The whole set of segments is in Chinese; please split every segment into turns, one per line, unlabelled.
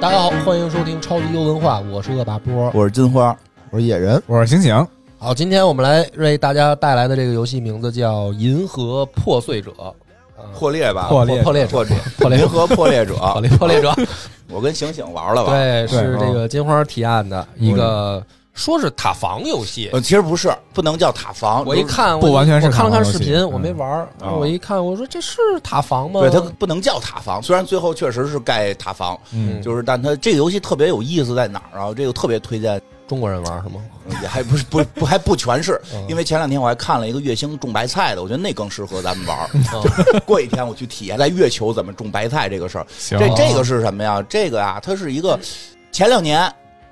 大家好，欢迎收听超级优文化，我是恶霸波。
我是金花，
我说野人，
我是星星，
好，今天我们来为大家带来的这个游戏名字叫《银河破碎者》，啊
破裂吧，
破裂
破裂者，
破裂，
破裂
银
者，
河破裂者，
破 裂破裂者，
我跟醒醒玩了吧？
对，是
对嗯
这个金花提案的一个，说是塔防游戏。
呃，其实不是，不能叫塔防。
我一
就是，
看，
不
我
完全是
我看了
塔
看
防游
视
戏
频，
嗯
我没玩儿。
哦
我一看，我说这是塔防吗？
对它不能叫塔防，虽然最后确实是盖塔防，
嗯，
就是，但它这个游戏特别有意思在哪儿啊？这个特别推荐，
中国人玩儿是吗？
嗯也还不是不不还不全是
嗯，
因为前两天我还看了一个月星种白菜的，我觉得那更适合咱们玩儿。
嗯
过一天我去体验在月球怎么种白菜这个事儿。
行，
这这个是什么呀？这个啊，它是一个前两年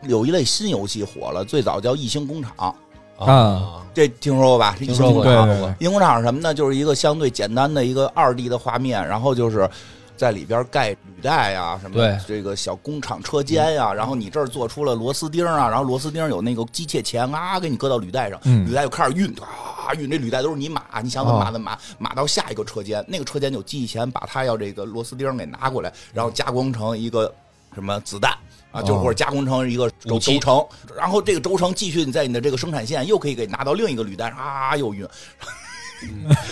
有一类新游戏火了，最早叫《异星工厂》。
啊
啊，
这听说过吧？这
听说
英
过
工
对
厂
对对
英工厂是什么呢？就是一个相对简单的一个二 D 的画面，然后就是在里边盖履带啊，什
对
么这个小工厂车间呀、然后你这儿做出了螺丝钉啊，然后螺丝钉有那个机械钳啊，给你搁到履带上，
嗯
履带就开始运啊运，这履带都是你码，你想怎么
哦
码怎么码，码到下一个车间，那个车间有机器钳把它要这个螺丝钉给拿过来，然后加工成一个什么子弹。啊，就
哦
或者加工成一个
武
轴
器
轴承，然后这个轴承继续在你的这个生产线又可以给拿到另一个履带上啊，又运，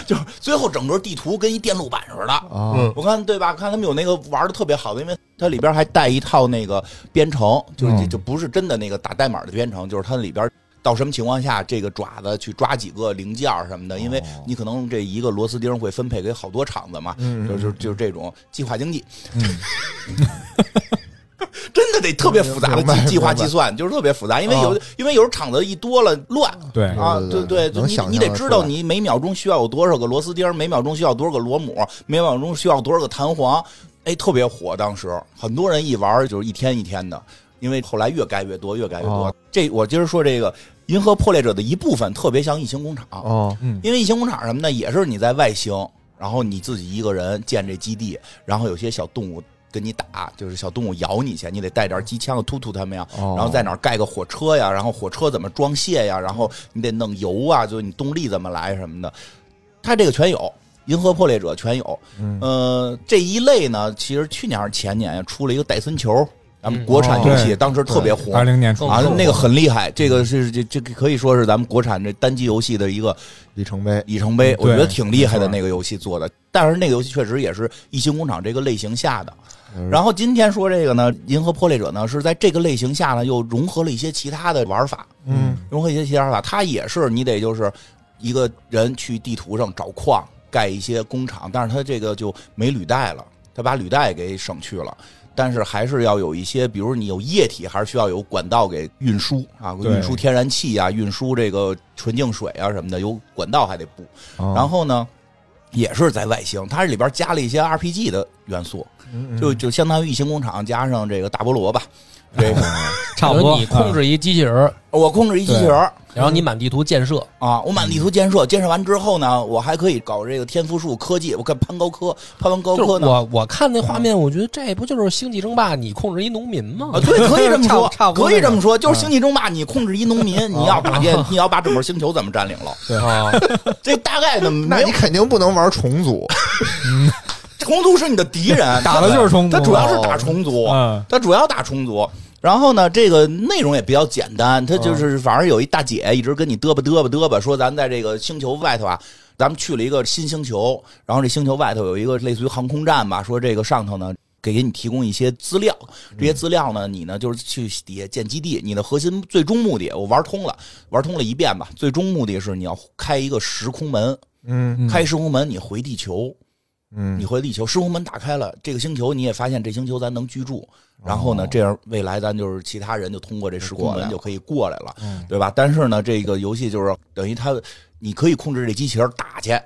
就是最后整个地图跟一电路板似的。
哦
啊
嗯
我看对吧？看他们有那个玩的特别好的，因为它里边还带一套那个编程，就是这
嗯
就不是真的那个打代码的编程，就是它里边到什么情况下这个爪子去抓几个零件儿什么的，因为
哦
你可能这一个螺丝钉会分配给好多厂子嘛，
嗯
就就就这种计划经济， 真的得特别复杂的
明白明
计计
白哦
划计算，就是特别复杂，因为有的因为有时候厂子一多了乱，
对
啊，
对
对
对对
就
能
你
想
你得
象得
知
出
道
来
你每秒钟需要有多少个螺丝钉，每秒钟需要多少个螺母，每秒钟需要多少个弹簧，哎，特别火，当时很多人一玩就是一天一天的，因为后来越盖越多，越盖越多。
哦
这我今儿说这个《银河破裂者》的一部分，特别像《异形工厂》
哦，
嗯，
因为异形工厂什么的也是你在外星，然后你自己一个人建这基地，然后有些小动物跟你打，就是小动物咬你去，你得带点机枪突突它们呀，
哦
然后在哪儿盖个火车呀，然后火车怎么装卸呀，然后你得弄油啊，就是你动力怎么来什么的，它这个全有。银河破裂者全有，
嗯
呃，这一类呢，其实去年还是前年呀出了一个戴森球，咱们国产
哦
游戏、
对
当时特别火，
二零年初
啊
更火，
那个很厉害，这个是这这可以说是咱们国产这单机游戏的一个
里程碑嗯
里程碑，
对
我觉得挺厉害的
没错
那个游戏做的。但是那个游戏确实也是异星工厂这个类型下的
嗯。
然后今天说这个呢，《银河破裂者》呢是在这个类型下呢又融合了一些其他的玩法，
嗯，
融合一些其他玩法，它也是你得就是一个人去地图上找矿，盖一些工厂，但是它这个就没履带了，它把履带给省去了。但是还是要有一些，比如你有液体，还是需要有管道给运输啊，
对
运输天然气啊，运输这个纯净水啊什么的，有管道还得布。嗯然
哦嗯
然
后呢，也是在外星，它这里边加了一些 RPG 的元素，
嗯
就就相当于异形工厂加上这个大菠萝吧。这个
差不多
比如
嗯
你控制一机器人儿，
我控制一机器人儿
然后你满地图建设，
啊，我满地
嗯
图建设，建设完之后呢，我还可以搞这个天赋树科技，我看攀高科，攀完高
就
科
是
呢。
我我看那画面，我觉得这不就是《星际争霸》你控制一农民吗
啊，？ 对，可以这么说，
差不多嗯啊
可以这
那
么
种
说，就是星际争霸，你控制一农民，你要把这，你要把整个星球怎么占领 了？
啊，
这大概呢，
那
没有
你肯定不能玩重组，
虫族是你的敌人，
打的就是虫族
他主要是打虫族，
嗯
他主要打虫族。然后呢，这个内容也比较简单，他
嗯
就是反正有一大姐一直跟你嘚吧嘚吧嘚吧，说咱在这个星球外头啊，咱们去了一个新星球，然后这星球外头有一个类似于航空站吧，说这个上头呢。给你提供一些资料，这
嗯
些资料呢，你呢就是去底下建基地，你的核心最终目的我玩通了，玩通了一遍吧，最终目的是你要开一个时空门，
嗯
开时空门你回地球，你
嗯，
回地球，时空门打开了，这个星球你也发现这星球咱能居住，然后呢，这样未来咱就是其他人就通过这时空
过来
门
了
就可以过来了，
嗯
对吧？但是呢，这个游戏就是等于它，你可以控制这机器人打去，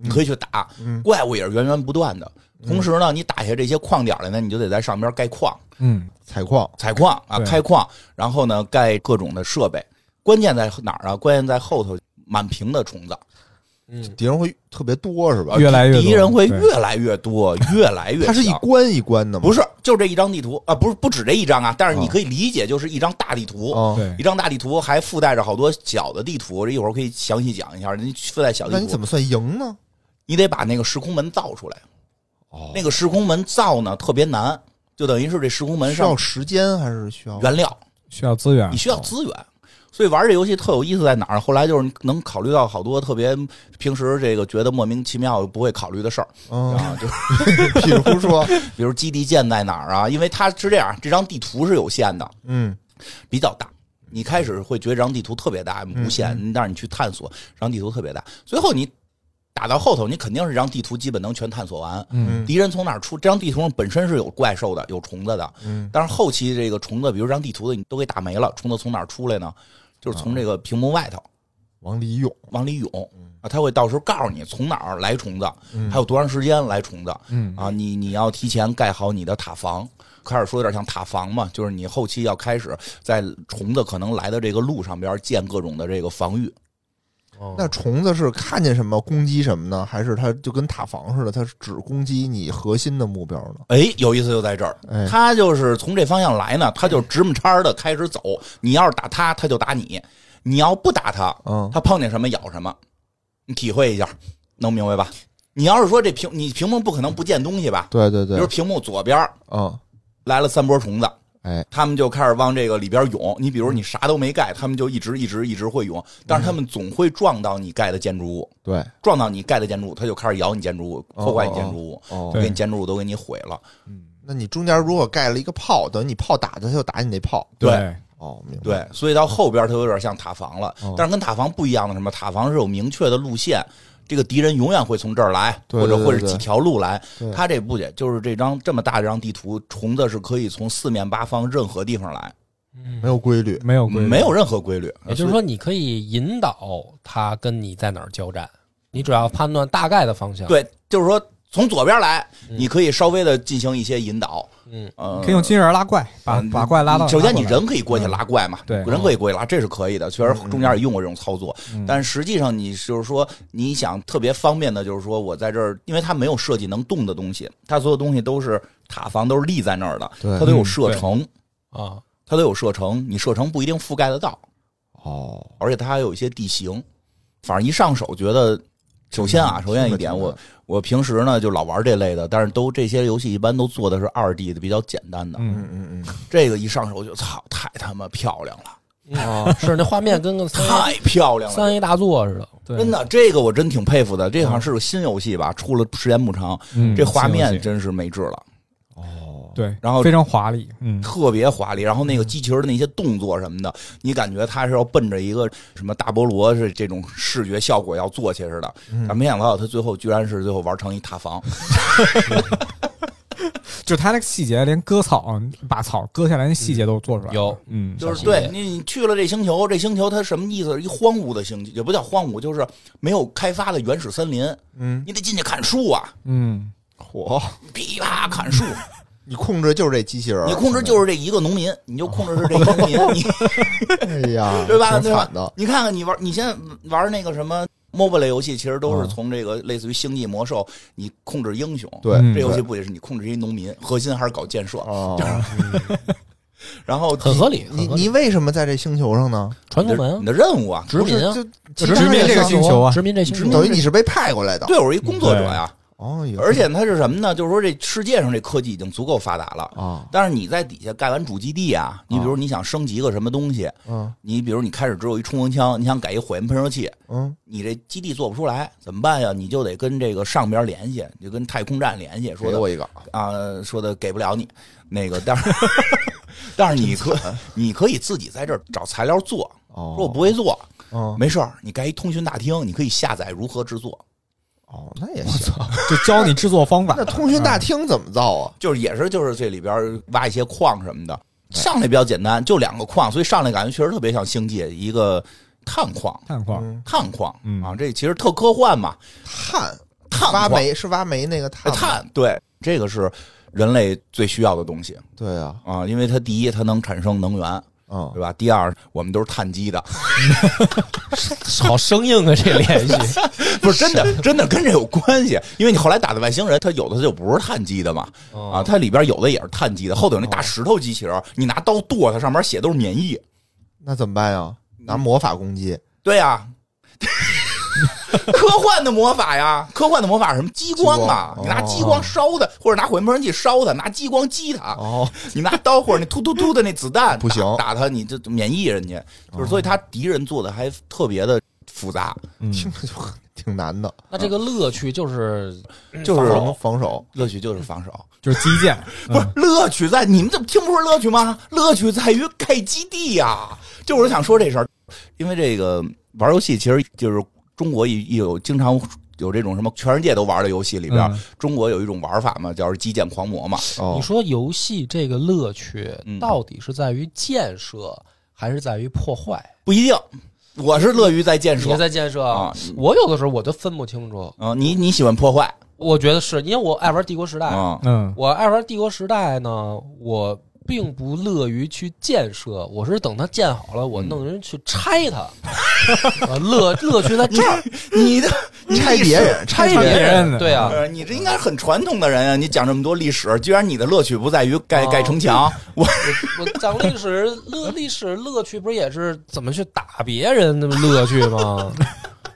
你可以去打、
嗯
怪物，也是源源不断的。同时呢，你打下这些矿点来呢，你就得在上边盖矿、
嗯，
采矿
采矿啊，
对
开矿，然后呢，盖各种的设备。关键在哪儿啊？关键在后头满屏的虫子。
嗯，
敌人会特别多是吧？
越来越多
敌人会
对
越来越多，越来越
它是一
强
关一关的吗？
啊不
是
是，就这一张地图啊，不是不止这一张啊，但是你
啊
可以理解，就是一张大地图，
啊，
对
一张大地图还附带着好多小的地图，这一会儿可以详细讲一下。你附带小地
那
图，
你怎么算赢呢？
你得把那个时空门造出来。
哦
那个时空门造呢特别难，就等于是这时空门
需
上
要时间啊哦还是需要？
原料，
需要资源，
你需要资源。所以玩这游戏特有意思在哪儿？后来就是你能考虑到好多特别平时这个觉得莫名其妙不会考虑的事儿，
嗯，
啊，就是
比如说，
比如基地建在哪儿啊？因为它是这样，这张地图是有限的，
嗯，
比较大。你开始会觉得这张地图特别大，无限，但是你去探索，这张地图特别大。最后你打到后头，你肯定是这张地图基本能全探索完。
嗯，
敌人从哪儿出？这张地图上本身是有怪兽的，有虫子的。
嗯，
但是后期这个虫子，比如这张地图的，你都给打没了。虫子从哪儿出来呢？就是从这个屏幕外头
往里涌，
往里涌
嗯
啊，它会到时候告诉你从哪儿来虫子，还有多长时间来虫子。
嗯
啊，你你要提前盖好你的塔防。开始说有点像塔防嘛，就是你后期要开始在虫子可能来的这个路上边建各种的这个防御，哦
那虫子是看见什么攻击什么呢？还是它就跟塔防似的，它是只攻击你核心的目标呢？
哎，有意思就在这儿，
哎
他就是从这方向来呢，他就直木叉儿的开始走。你要是打他，他就打你；你要不打他，
嗯
他碰见什么咬什么。你体会一下，能明白吧？你要是说这屏，你屏幕不可能不见东西吧？
对对对
比如，屏幕左边儿
嗯，
来了三波虫子，
哎，嗯
他们就开始往这个里边涌。你比如你啥都没盖，他们就一直一直一直会涌，但是他们总会撞到你盖的建筑物，
对，
撞到你盖的建筑物，他就开始咬你建筑物，破坏你建筑物，
哦
就
对
给你建筑物都给你毁了。
嗯
那你中间如果盖了一个炮，等于你炮打它，它就打你那炮。
对
哦，明白。
对，所以到后边它有点像塔防了
哦，
但是跟塔防不一样的是什么？塔防是有明确的路线，这个敌人永远会从这儿来，
对
或者
对对
或者
对
几条路来
对。
它这不也就是这张这么大这张地图，虫子是可以从四面八方任何地方来，
没有规律。
没有规律
没有任何规律。
也就是说，你可以引导他跟你在哪儿交战，你只要判断大概的方向。，
对，就是说从左边来，你可以稍微的进行一些引导，
嗯，
呃
可以用机器人拉怪，把
嗯
把怪拉到。
首先，你
拉过来嗯
人可以过去拉怪嘛，
对嗯
人可以过去拉，这是可以的。确实，中间也用过这种操作，但实际上你就是说，你想特别方便的，就是说我在这儿，因为它没有设计能动的东西，它所有东西都是塔防都是立在那儿的，
对
它都有射
嗯
程，
啊，
它都有射程，你射程不一定覆盖得到，
哦，
而且它还有一些地形，反正一上手觉得。首先啊，
嗯
首先一点，
听着
我我平时呢就老玩这类的，但是都这些游戏一般都做的是二 D 的，比较简单的。
嗯，
嗯嗯嗯，
这个一上手就操，太他妈漂亮了！
啊，是那画面跟个三 A
太漂亮
三
了。
A 大作似的。
对，
真的，这个我真挺佩服的。这好像是个新游戏吧，出了时间不长，
嗯，
这画
新
面
游戏嗯
真是没治了，
哦，
对，
然后
非常华丽， 嗯，
特别华丽。然后那个机器人的那些动作什么的，你感觉它是要奔着一个什么大菠萝是这种视觉效果要做去似的。
嗯
但没想到它最后居然是最后玩成一塔防，
就它那个细节，连割草把草割下来那细节都做出来了，
有
嗯，
就是
小
对
心
你你去了这星球，这星球它什么意思？一荒芜的星球，也不叫荒芜，就是没有开发的原始森林。
嗯，
你得进去砍树啊，
嗯，
火，
噼啪砍树。
你控制就是这机器人，
你控制就是这一个农民，你就控制是这一个农 民，你
哎 呀，
对吧？
挺
对吧
惨的？，
你看看你玩，你现在玩那个什么 MOBA 类游戏，其实都是
嗯
从这个类似于星际魔兽，你控制英雄。
对
嗯，
这游戏不也是你控制一农民，核心还是搞建设，
哦，
嗯
然后
很合理，
你
很合理
你为什么在这星球上呢？
传
你的
送门啊
你的任务啊，
殖民啊，
就
殖民这个星球啊
殖民这星
殖
球
民
等于你是被派过来的。
对我是一工作者呀。
哦，也
而且它是什么呢？就是说这世界上这科技已经足够发达了，
啊，
但是你在底下盖完主基地啊，你比如你想升级个什么东西，
嗯
你比如你开始只有一冲锋枪，你想改一火焰喷射器，
嗯，
你这基地做不出来，怎么办呀？你就得跟这个上边联系，你就跟太空站联系，说
给
的
哎我一个，
啊、说的给不了你，那个，但是但是你可你可以自己在这儿找材料做，
哦，
说我不会做，
嗯，
没事儿，你盖一通讯大厅，你可以下载如何制作，
哦，那也行。
就教你制作方法
那。通讯大厅怎么造啊？
就是也是就是这里边挖一些矿什么的，上来比较简单，就两个矿，所以上来感觉确实特别像星际一个探矿，
探矿，
探矿
嗯
啊，这其实特科幻嘛，
碳，
探
挖
矿哎
煤是挖煤那个碳吗，
碳，对，这个是人类最需要的东西
对啊，
啊，因为它第一，它能产生能源，
嗯
对，吧？第二，我们都是碳基的，
好生硬啊，这联系
不是真的，真的跟这有关系。因为你后来打的外星人，它有的它就不是碳基的嘛，啊，它里边有的也是碳基的。后头有那大石头机器人，你拿刀剁它，上面写都是免疫，
那怎么办呀？拿魔法攻击，
对呀、啊科幻的魔法呀，科幻的魔法是什么？激光啊，
激光哦
你拿激光烧它，或者拿火焰喷射器烧它，拿激光击它。
哦，
你拿刀或者那突突突的那子弹
不行哦
打打他你就免疫人家，就是所以他敌人做的还特别的复杂，
嗯
听着就很挺难的，
那这个乐趣就是
就是
嗯防防守。
乐趣就是防守，
就是基建，
不是乐趣在你们怎么听不出乐趣吗？乐趣在于盖基地呀、就是我想说这事儿，因为这个玩游戏其实就是中国一一有经常。有这种什么全世界都玩的游戏里边，
嗯
中国有一种玩法嘛，叫是基建狂魔嘛。
哦
你，说游戏这个乐趣
嗯
到底是在于建设还是在于破坏？
不一定，我是乐于在建
你
设
是在建设
啊，
我有的时候我就分不清楚，
啊、你你喜欢破坏
我觉得是因为我爱玩帝国时代，
啊、
嗯
我爱玩帝国时代呢，我并不乐于去建设，我是等它建好了，我弄人去拆 它，啊乐乐趣在这儿，
你的
拆
你是
别人，
拆
别
别
人的
对啊，
呃，你这应该是很传统的人啊！你讲这么多历史，居然你的乐趣不在于盖
哦
盖城墙，我
我我讲历史乐历史乐趣不是也是怎么去打别人的乐趣 吗？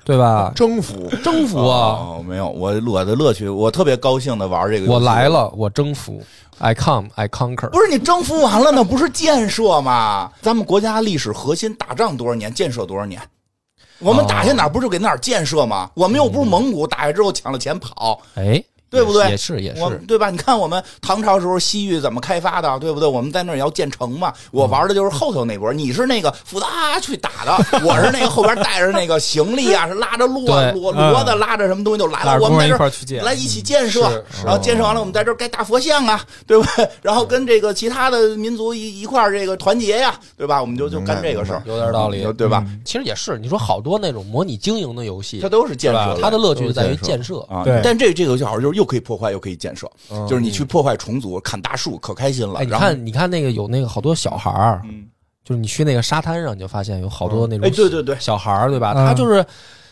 对吧？
征服
征服啊！
哦，没有，我我的乐趣，我特别高兴的玩这个游戏。
我来，了，我征服，I come, I conquer。
不是你征服完了那不是建设吗？咱们国家历史核心打仗多少年，建设多少年？我们打下哪儿不是给哪儿建设吗？我们又不是蒙古，打下之后抢了钱跑，
哎，
对不对
也是也
我
是，
对吧？你看我们唐朝时候西域怎么开发的，对不对？我们在那儿也要建城嘛。我玩的就是后头那波，你是那个辅大去打的，我是那个后边带着那个行李啊，是拉着骡
对
骡
嗯
骡子拉着什么东西就来
俩
了。我
工
们在
人一
这
块
儿
儿去建，
来一起建设，
是哦
然后建设完了，我们在这儿盖大佛像啊， 对吧？然后跟这个其他的民族一一块儿这个团结呀、对吧？我们就就干这个事儿，
嗯有点道理，嗯
对吧？
其实也是，你说好多那种模拟经营的游戏
它，都是建
对吧
设？
它的乐趣
都
就是在于
建
建设。
啊
对，
但这这个游戏好就是又可以破坏又可以建设，
嗯
就是你去破坏虫族、砍大树，可开心了。
哎，你
然后
看，你看那个有那个好多小孩儿，
嗯
就是你去那个沙滩上，你就发现有好多那种
哎，对对对，
小孩儿，对吧？
嗯
他就是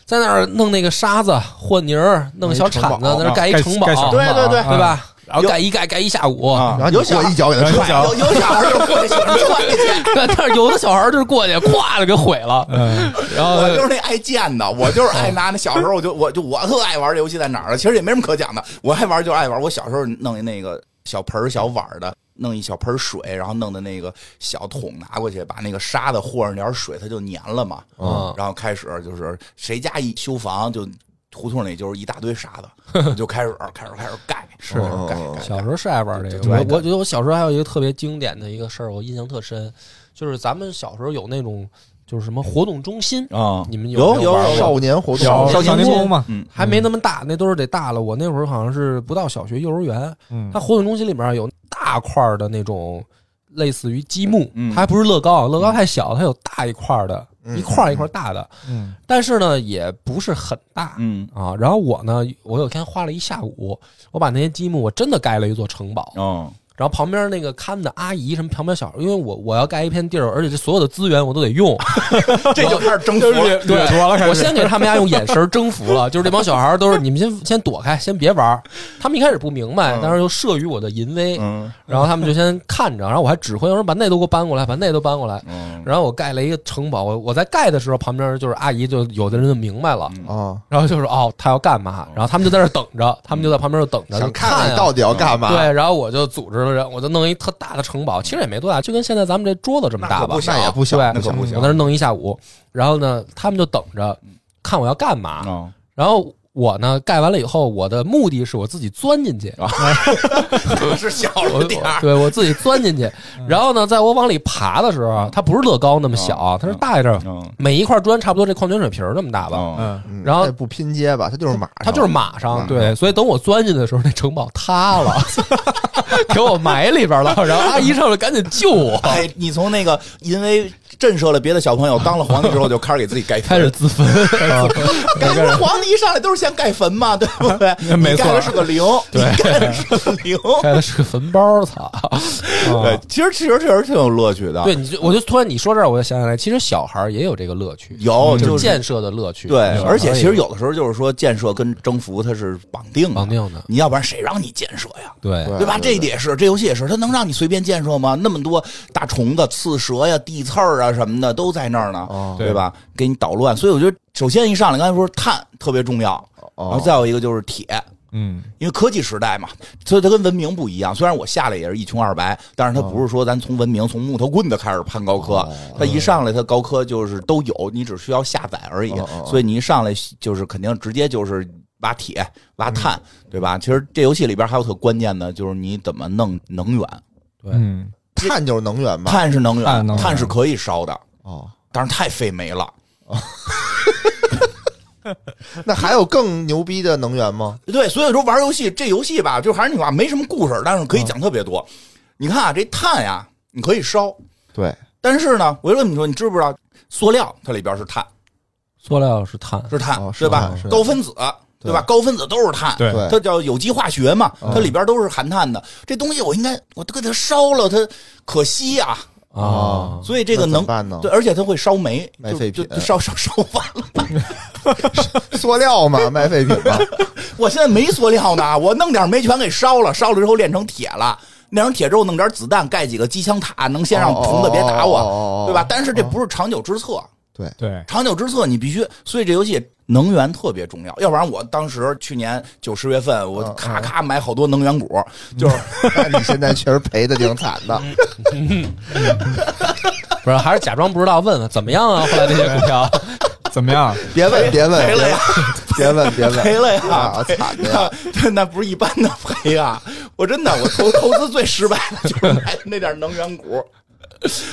在那儿弄那个沙子、和泥儿，弄小铲子，
弄城堡啊
在那儿盖一
盖
城堡，
盖小
对对对
啊
对吧？然后
嗯有
盖一盖盖一下午，
啊
然后
有
你
小
过一脚给他
有
踹
小
有有小孩儿就会喜欢踹去，
但是有的小孩儿就是过去，咵就给毁了。
嗯，
然后
我就是那爱贱的，我就是爱拿那小时候我就我就我特爱玩这游戏在哪儿了，其实也没什么可讲的，我爱玩就爱玩。我小时候弄一那个小盆儿小碗儿的，弄一小盆儿水，然后弄的那个小桶拿过去，把那个沙子和上点儿水，它就粘了嘛。
嗯
然后开始就是谁家一修房就。胡同里就是一大堆沙子，就开始开始开始盖，是盖盖盖。
哦小时候是爱玩这个，
哦对
我我觉得我小时候还有一个特别经典的一个事儿，我印象特深，就是咱们小时候有那种就是什么活动中心，
啊
你们
有
有没
有
玩
有
过
少年活
小
动，
少
少
年
年
宫
宫嘛，
嗯，
还没那么大，那都是得大了。我那会儿好像是不到小学、幼儿园，
嗯
它，活动中心里面有大块儿的那种。类似于积木，
嗯
它还不是乐高，乐高太小，它有大一块儿的，
嗯
一块儿一块儿大的，
嗯，
但是呢也不是很大，
嗯
啊。然后我呢，我有一天花了一下午，我把那些积木我真的盖了一座城堡，
哦
然后旁边那个看的阿姨什么旁边小，因为我我要盖一片地儿，而且这所有的资源我都得用。
这就开始征服
就是掠
了。
掠夺了，开始
我先给他们家用眼神征服了，就是这帮小孩儿都是你们先先躲开，先别玩儿。他们一开始不明白，但是又慑于我的淫威，
嗯
然后他们就先看着，然后我还指挥，我说把那都给我搬过来，把那都搬过来。
嗯，
然后我盖了一个城堡，我我在盖的时候，旁边就是阿姨，就有的人就明白了，
啊，
然后就说哦，他要干嘛？然后他们就在那儿等着，他们就在旁边就等着，
想
就看
你
啊
到底要干嘛？
对，然后我就组织了人，我就弄一特大的城堡，其实也没多大，就跟现在咱们这桌子这么大吧
那可不，
那也不小，
对
那可不行
我在那弄一下午，然后呢，他们就等着看我要干嘛。
哦
然后我呢盖完了以后，我的目的是我自己钻进 去，
是小
我
了点儿。嗯
对我自己钻 进去。然后呢，在我往里爬的时候，啊它不是乐高那么小，它是大一点儿，
嗯，
每一块砖差不多这矿泉水瓶儿那么大吧。
哦
嗯，
嗯
然后
它也不拼接吧，它就是马上，
它就是马上，
嗯
马
对，所以等我钻进去的时候，那城堡塌 了，给我埋里边了。然后阿姨上来赶紧救我，
哎，你从那个因为震慑了别的小朋友，当了皇帝之后，就开始给自己盖坟
开始自焚。
啊盖不是皇帝一上来都是先盖坟嘛，对不对？
没错
你盖的是个零，你盖的是个零。
开的是个坟包，操！
哦
对，其实其实确实挺有乐趣的。
对，你就我就突然你说这儿，我就想起来，其实小孩儿也有这个乐趣，
有
就
就是是
建设的乐趣。
对，而且其实
有
有的时候就是说建设跟征服它是绑定的
绑定的，
你要不然谁让你建设呀？
对
对
对吧？这一点也是，这游戏也是，它能让你随便建设吗？那么多大虫子、刺蛇呀、地刺儿儿啊什么的都在那儿呢，
哦
对
对吧？给你捣乱。所以我觉得，首先一上来，刚才说碳特别重要，然后
哦，
再有一个就是铁，
嗯，
因为科技时代嘛，所以它跟文明不一样。虽然我下来也是一穷二白，但是它
哦
不是说咱从文明从木头棍子开始攀高科，它一上来它高科就是都有，你只需要下载而已
哦哦。哦
所以你一上来就是肯定直接就是挖铁、挖碳，
嗯
对吧？其实这游戏里边还有特关键的，就是你怎么弄能源。
对
嗯，
碳就是能源吧？
碳是能
碳
源，
能源
碳是可以烧的，
哦，
但是太费煤了。
那还有更牛逼的能源吗？
对，所以说玩游戏这游戏吧，就还是那句话，没什么故事，但是可以讲特别多。
嗯
你看啊，这碳呀、你可以烧。
对，
但是呢，我就问你说，你知不知道塑料它里边是碳，
塑料是碳，
是碳，
哦是
对吧
碳是？
高分子，对吧？高分子都是碳，
对
对哦
它叫有机化学嘛，它里边都是含碳的。这东西我应该我都给它烧了，它可惜呀、
啊，
所以这个
那怎
能
么办呢
对，而且它会烧煤，
卖
就
废
就
品
就烧烧烧完了。
塑料嘛，卖废品嘛，
我现在没塑料呢， 我弄点煤全给烧了，烧了之后炼成铁了。炼成铁之后，弄点子弹，盖几个机枪塔，能先让虫子别打
哦哦哦哦哦
我，对吧？但是这不是长久之策，
对，
对，
长久之策，你必须，所以这游戏能源特别重要，要不然我当时去年九十月份，我
嗯
咔咔买好多能源股，就是
那你现在确实赔的挺惨的。
啊不是还是假装不知道，问问怎么样 啊？后来这些股票，
怎么样？
别问，别问，
赔
别
了呀
问，别问，别问，
赔了呀
啊，惨的 呀！
那那不是一般的赔啊！我真的，我投投资最失败的就是买那点能源股。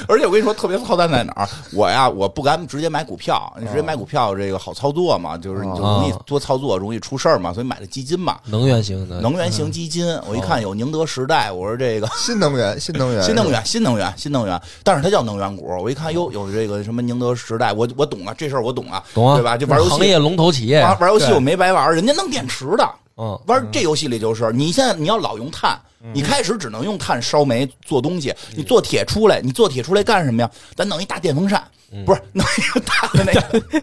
而且我跟你说，特别操蛋在哪儿？我呀，我不敢直接买股票，你直接买股票这个好操作嘛，就是你就容易
哦
多操作，容易出事儿嘛，所以买的基金嘛，
能源型的
能源型基金。
嗯
我一看有宁德时代，我说这个
新能源，新能源，
新能源，新能源，新能源，但是它叫能源股。我一看，哟，有这个什么宁德时代，我我懂啊，这事儿我懂啊，
懂啊？
对吧？这玩游
行
戏，啊
业龙头企业，
玩玩游戏
对
我没白玩，人家弄电池的，
嗯，
玩这游戏里就是，你现在你要老用碳，
嗯
你开始只能用碳烧煤做东西，你做铁出来，你做铁出来干什么呀？咱弄一大电风扇，
嗯
不是弄一个大的那 个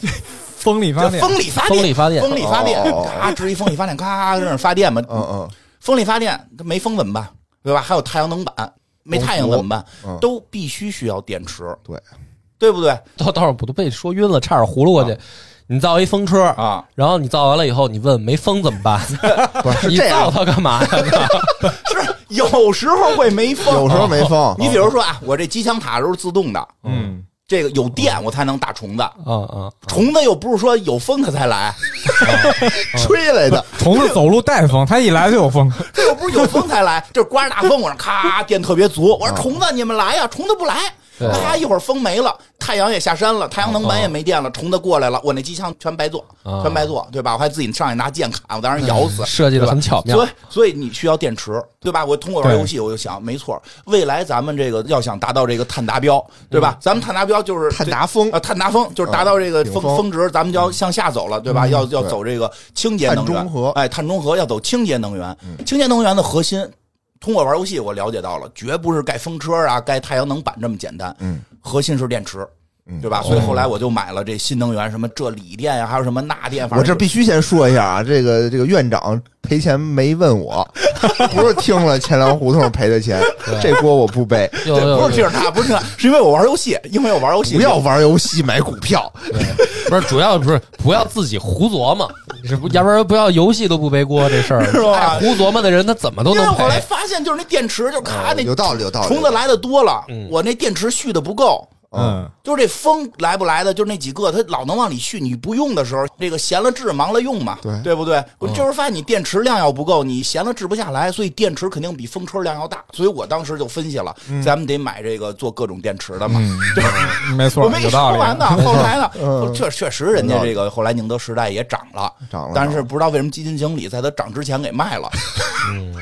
风力发
叫
电，
风力发电，
风力发电
风力发电
哦哦哦，
咔支一风力发电，咔在那儿发电嘛，
嗯嗯，
风力发电它没风怎么办？对吧？还有太阳能板，没太阳怎么办？
嗯
都必须需要电池，
对
对不对？
到到时候我都被说晕了，差点糊了过去。你造一风车
啊，
然后你造完了以后，你问没风怎么 办？
不是是
你
这
造
样，
它干嘛呀？
是有时候会没风，
嗯有时候没嗯风
哦你比如说啊，我这机枪塔都是自动的，
嗯，
这个有电我才能打虫子，
啊啊！
虫子又不是说有风它才来，
吹来的，
虫子走路带风，它一来就有风。
这又不是有风才来，这刮着大风，我说咔电特别足，我说虫子你们来呀，虫子不来。
啊对
咔，一会儿风没了，太阳也下山了，太阳能板也没电了，虫子过来了，我那机枪全白做，
啊哎
全白做，对吧？我还自己上去拿剑砍，我当然咬死。
设计的很巧妙
所以，所以你需要电池，对吧？我通过玩
对
游戏，我就想，没错，未来咱们这个要想达到这个碳达标，对
嗯
吧？咱们碳达标就是
碳
这
达峰
啊，碳达峰就是达到这个
呃顶
峰
峰嗯
峰值，咱们就要向下走了，对吧？要要
对
走这个清洁能源，
碳中和嗯
哎，碳中和要走清洁能源，清洁能源的核心。通过玩游戏，我了解到了，绝不是盖风车啊、盖太阳能板这么简单，
嗯，
核心是电池，
嗯
对吧？所以后来我就买了这新能源，什么这锂电呀、还有什么钠电，反正
我这
就
必须先说一下啊，这个这个院长赔钱没 问我，不是听了钱粮胡同赔的钱，这锅我不背。
有
对
有
不是听
有，
着他，不是听着他，是因为我玩游戏，因为我玩游戏
不要玩游戏买股 票，
不是主要不是不要自己胡琢磨，是不要不然不要游戏都不背锅这事儿
是。吧
爱胡琢磨的人他怎么都
因为
能
后来
赔。
发现就是那电池就咔那
嗯有道理，有道理。
虫子哎来的多了
嗯，
我那电池蓄的不够。
嗯，
就是这风来不来的，就是那几个，它老能往里蓄。你不用的时候，这个闲了治，忙了用嘛，
对嗯
不对？我就是发现你电池量要不够，你闲了治不下来，所以电池肯定比风车量要大。所以我当时就分析了，
嗯
咱们得买这个做各种电池的嘛。
嗯没
我
错，
没
有
说
道理。啊
完呢， 后来呢，
嗯
确确实人家这个后来宁德时代也涨了，
涨了
但是不知道为什么基金经理在它涨之前给卖了，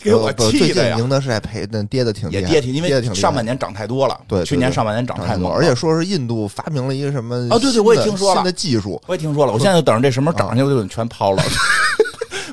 给我
嗯呃不不
气
最
的
近
呀，
赢的是在赔，那跌的挺
也
厉害，
跌停，因
跌的挺
为
厉害
上半年涨太多了，
对对
去年
对
上半年涨太猛了，
而且说是印度发明了一个什么
啊对对我也听说了
新的技术，
我也听说了，我现在就等着这什么时候涨上去，我就全抛了，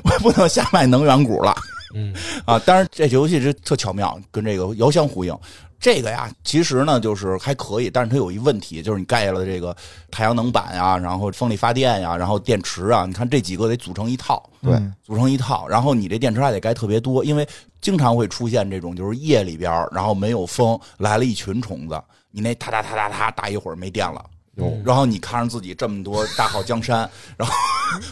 我也不能瞎卖能源股了。
嗯
啊，当然这游戏是特巧妙，跟这个遥相呼应。这个呀，其实呢就是还可以，但是它有一问题，就是你盖了这个太阳能板呀，然后风力发电呀，然后电池啊，你看这几个得组成一套，
对
嗯
组成一套，然后你这电池还得盖特别多，因为经常会出现这种就是夜里边儿，然后没有风，来了一群虫子，你那哒哒哒哒哒打一会儿没电了。然后你看着自己这么多大好江山，然后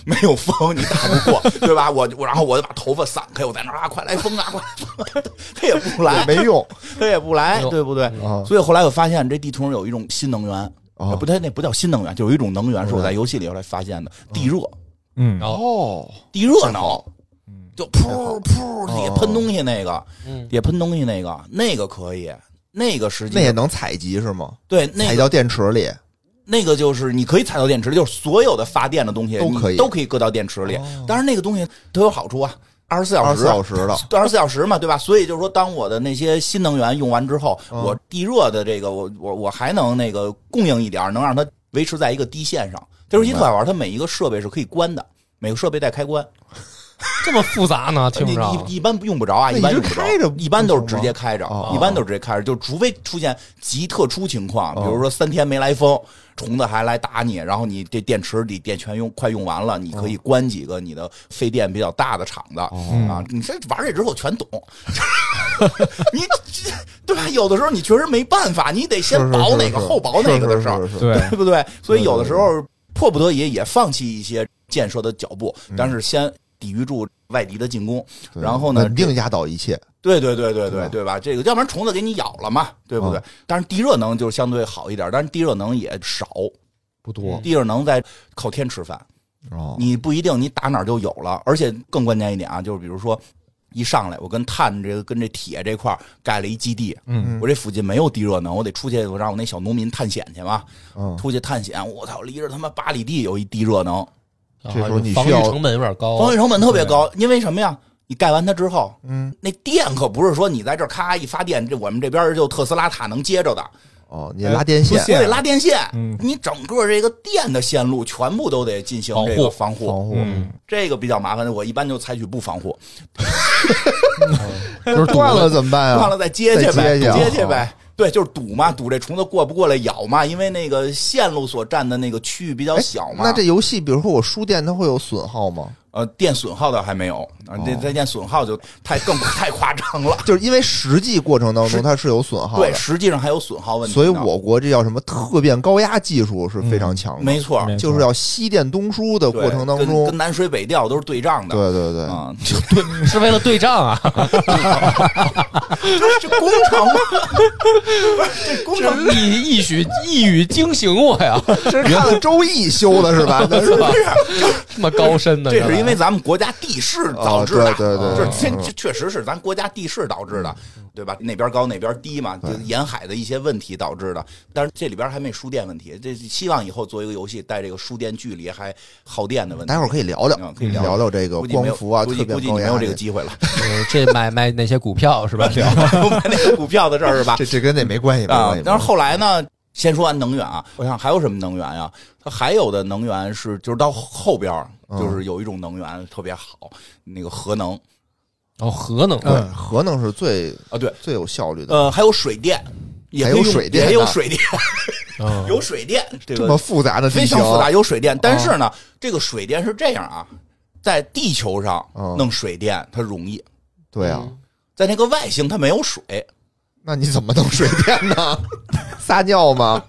没有风，你打不 过，对吧？我我然后我就把头发散开，我在那儿啊，快来风啊，快来风啊！ 他也不来
也，没用
他也不来
哎，呦
对不对？
啊。
所以后来我发现这地图上有一种新能源，呃
啊
不，它那不叫新能源，就有一种能源是我在
嗯
游戏里后来发现的，地热，
嗯
然，后
哦，
地热能，
嗯
就噗噗
哦
底下喷东西那个，
嗯
底下喷东西那个，那个可以，那个实际
那也能采集是吗？
对
采
那个
到电池里，
那个就是你可以踩到电池里，就是所有的发电的东西
都可以
你
哦
都可以搁到电池里，当然那个东西它有好处啊，二十四小
二十四
时啊。
小时的，
二十四小时嘛，对吧？所以就是说，当我的那些新能源用完之后，
嗯
我地热的这个，我我我还能那个供应一点儿，能让它维持在一个低线上。这游戏特好玩，它每一个设备是可以关的，每个设备带开关。
这么复杂呢？听
呃你
着，
一一般用不着啊，
那
一般
一直
用不着
开着不
一般都是
行
直
吗
接开着
哦，
一般都是直接开着，就除非出现极特殊情况，比
哦
如说三天没来风，虫子还来打你，然后你这电池里电全用快用完了，你
哦
可以关几个你的费电比较大的厂子
嗯
啊。你这玩这之后全懂， 你 这对吧？有的时候你确实没办法，你得先
是是
保
是
哪个
是
后保哪个的事儿，
是是是是
对，
对不对？所以有的时候迫不得已也放弃一些建设的脚步，
嗯
但是先抵御住外敌的进攻。
对
然后呢
稳定压倒一切，
对对对对对
吧嗯
对吧？这个要不然虫子给你咬了嘛，对不对？但是地热能就相对好一点，但是地热能也少，
不多
地热能在靠天吃饭，
哦，
你不一定你打哪儿就有了，而且更关键一点啊，就是比如说。一上来，我跟碳这个跟这铁这块儿盖了一基地，
嗯
我这附近没有地热能，我得出去，我让我那小农民探险去嘛，
嗯，
出去探险，我操，离着他妈八里地有一地热能，
啊
这时候你
防
需
御
要
成本有点
哦
高，啊
防御成本特别高，因为什么呀？你盖完它之后，
嗯，
那电可不是说你在这儿咔一发电，这我们这边儿就特斯拉塔能接着的，
哦，你拉电线
哎不
我
线
得拉电线，
嗯
你整个这个电的线路全部都得进行这个防护，
防护，
嗯，
这个比较麻烦。我一般就采取不防护，
就是断了怎么办
断
啊
了？再接去呗，
再接去啊
接去呗。对，就是堵嘛，堵这虫子过不过来咬嘛，因为那个线路所占的那个区域比较
哎
小嘛。
那这游戏，比如说我输电，它会有损耗吗？
呃，电损耗倒还没有啊，这
哦
这电损耗就太更 太夸张了。
就是因为实际过程当中它是有损耗
对，
的，
实际上还有损耗问题呢。
所以我国这叫什么特变高压技术是非常强的，
没错，
没错
就是要西电东输的
对
过程当
跟
中
跟，南水北调都是对仗的。
对对对，
啊，
是为了对仗啊，
这工程，啊这工程
一一语一语惊醒我呀，
这是看了周易修的 是吧？那是
这么高深的，
这是因为咱们国家地势导致的，
哦对对对
就是
对
这这确实是咱国家地势导致的，对吧？那边高那边低嘛，就沿海的一些问题导致的。但是这里边还没输电问题，这希望以后做一个游戏带这个输电距离还耗电的问题。
待会儿可以聊聊，
嗯可以聊
聊这个
估计没
光
有
伏啊，
估
特
计
变
估计你
高
没
压
有这
这
个机会了，
呃这买买哪些股票是吧？聊
买那个股票的事儿是吧？
这这跟那没关系没
啊
关系。，
但是后来呢，先说完能源啊，我想还有什么能源呀、啊它还有的能源是，就是到后边儿
嗯
就是有一种能源特别好，那个核能
哦，核能，
对核能是最
啊，对，
最有效率的，
呃，还有水电，也
还
可以
有
用
水电
也有
呢哦
水电，
嗯
有水电， 这
这么
个
复杂的
非
地
常
形，
复杂，有水
哦
电。但是呢，这个水电是这样啊，在地球上
嗯
弄水电它容易，
对啊，
在那个外星它没有水，
那你怎么弄水电呢？撒尿吗？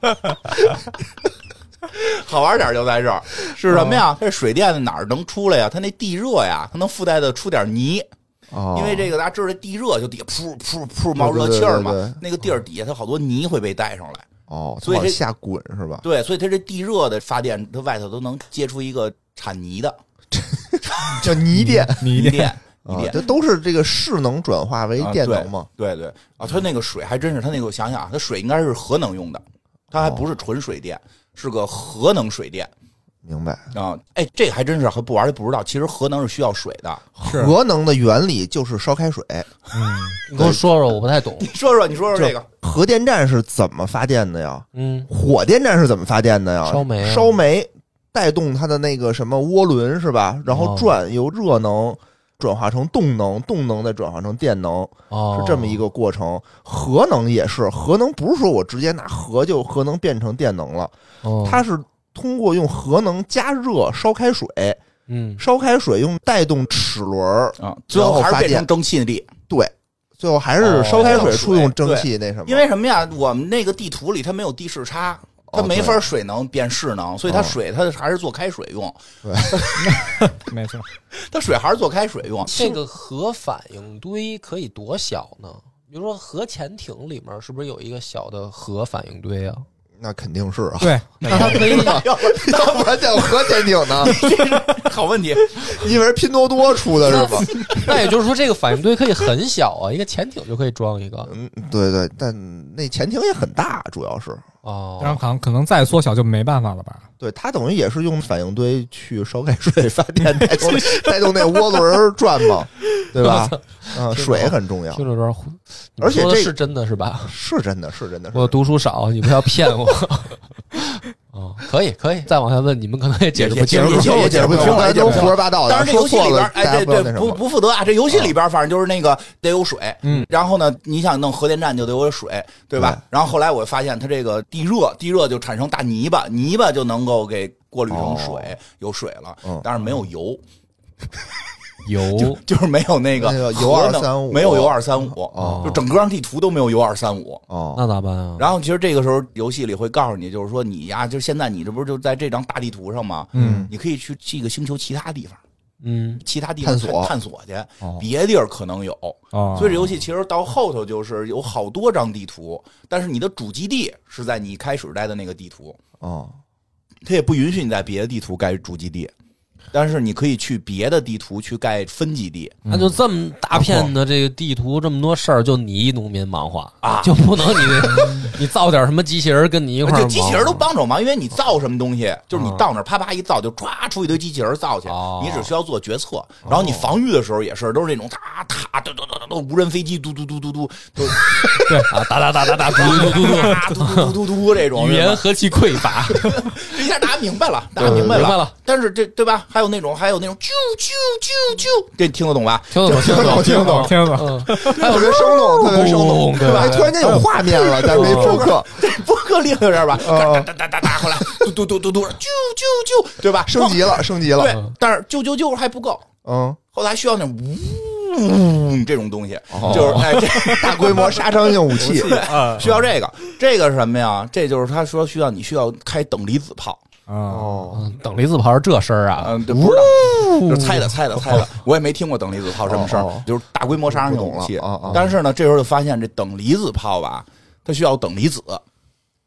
好玩点儿就在这儿，是什么
哦
呀？这水电哪儿能出来呀？它那地热呀，它能附带的出点泥，
哦，
因为这个大家知道，这地热就底下噗噗噗冒热气儿嘛
对对对对对，
那个地儿底下它好多泥会被带上来，
哦，它
所以
往
这
下滚是吧？
对，所以它这地热的发电，它外头都能接出一个产泥的
叫泥电，
你
泥
一定
电，泥
啊，
电。
这都是这个势能转化为
啊
电能嘛？
对对啊，它那个水还真是，它那个我想想啊，它水应该是核能用的，它还不是纯水电，是个核能水电
明白？
啊。哎，这个还真是还不玩就不知道，其实核能是需要水的。
是
核能的原理就是烧开水，
你跟我说说，我不太懂
你。说说，你说说这个，
核电站是怎么发电的呀？
嗯，
火电站是怎么发电的呀？
烧煤啊
烧煤带动它的那个什么涡轮是吧？然后
哦
转由热能转化成动能，动能再转化成电能，
哦，
是这么一
个
个过程。核能也是，核能不是说我直接拿核就核能变成电能了，
哦
它是通过用核能加热烧开水，
嗯
烧开水用带动齿轮儿，
啊，最后还是变成蒸汽力。
对，最后还
哦
是烧开水
水
处用蒸汽那什么，
因为什么呀？我们那个地图里它没有地势差，它没法水能变势能，所以它
哦
水它还是做开水用，
没错，
它水还是做开水用。
这个核反应堆可以多小呢？比如说核潜艇里面是不是有一个小的核反应堆啊？
那肯定是啊，
对，
那它可以
要不
要不然叫核潜艇呢？
然 好问题，
你以为是拼多多出的是吧？
那也就是说，这个反应堆可以很小啊，一个潜艇就可以装一个
嗯，对对，但那潜艇也很大，主要是
然后
哦。
可能可能再缩小就没办法了吧？
对它等于也是用反应堆去烧开水发电，带 动带动那涡轮儿转嘛，对吧？嗯，水很重要
听，着有点胡，你
而且
说的
这
是真的是吧？
是真的，是真的，是
我读书少，你不要骗我。 哦，可以可以，再往下问，你们可能也解释不
也
清
也
楚
也。
清楚，
解释
不
不清楚
清楚，大家
解
都
释不清
胡
楚
说八道的，
当然，这
说
游戏
错
里边儿，
了，大
哎，
家
对
不要
对
那，什
不
么。哦
不负责啊。这游戏里边，反正就是那个得有水，嗯，然后呢，你想弄核电站就得有水，对吧？
对
然后后来我发现它这个地热，地热就产生大泥巴，泥巴就能够给过滤成水，
哦
有水了
嗯，
但是没有油，
油
就是没有那个
那个
核
铀
能
235
没有铀二三五，
哦
就整个上地图都没有铀二三五。
哦，
那咋办啊？
然后其实这个时候游戏里会告诉你，就是说你呀，就现在你这不是就在这张大地图上吗？
嗯，
你可以去这个星球其他地方，
嗯，
其他地方
探索
探索去，
哦
别地儿可能有。
哦，
所以这游戏其实到后头就是有好多张地图，但是你的主基地是在你开始待的那个地图，
哦，
它也不允许你在别的地图盖主基地，但是你可以去别的地图去盖分基地。
那就这么大片的这个地图，这么多事儿，就你一农民忙活
啊
就不能你你造点什么机器人跟你一块儿忙
就
活？
机器人都帮手忙，因为你造什么东西，就是你
嗯
到那儿啪啪一造，就歘出一堆机器人造去
哦，
你只需要做决策。然后你防御的时候也是，都是那种塔塔嘟嘟嘟嘟嘟无人飞机嘟嘟嘟嘟嘟，都
对啊，打打打打打，
嘟嘟 嘟
啪嘟嘟嘟嘟嘟这种
语
是吧
言何其匮乏，
这一下大家明白了，大家明白
对明白
了
了。
但是这对吧？还有那种，还有那种啾啾啾啾，这听得懂吧？
听得懂，听得懂，
听懂听懂，
嗯，
特别生动，特别生动，
对
哎突然间有画面了，但是没复刻，
这播客厉害点儿吧？
哦
嗯
哒哒哒哒哒，后来嘟嘟嘟嘟嘟，啾啾啾，对吧？
升级了，升级了，
对，但是啾啾啾还不够，
嗯，
后来还需要那种呜这种东西，就是哎，这
哦 大规模杀伤性武 器，
啊
需要这个，这个是什么呀？这就是他说需要你需要开等离子炮，
啊，
哦，
嗯等离子炮是这声儿啊，
嗯，对不知道，就猜的猜的猜的， 我也没听过等离子炮什么事
哦哦哦
儿，就是大规模杀伤性武器
不懂了哦哦。
但是呢，这时候就发现这等离子炮吧，它需要等离子。
哦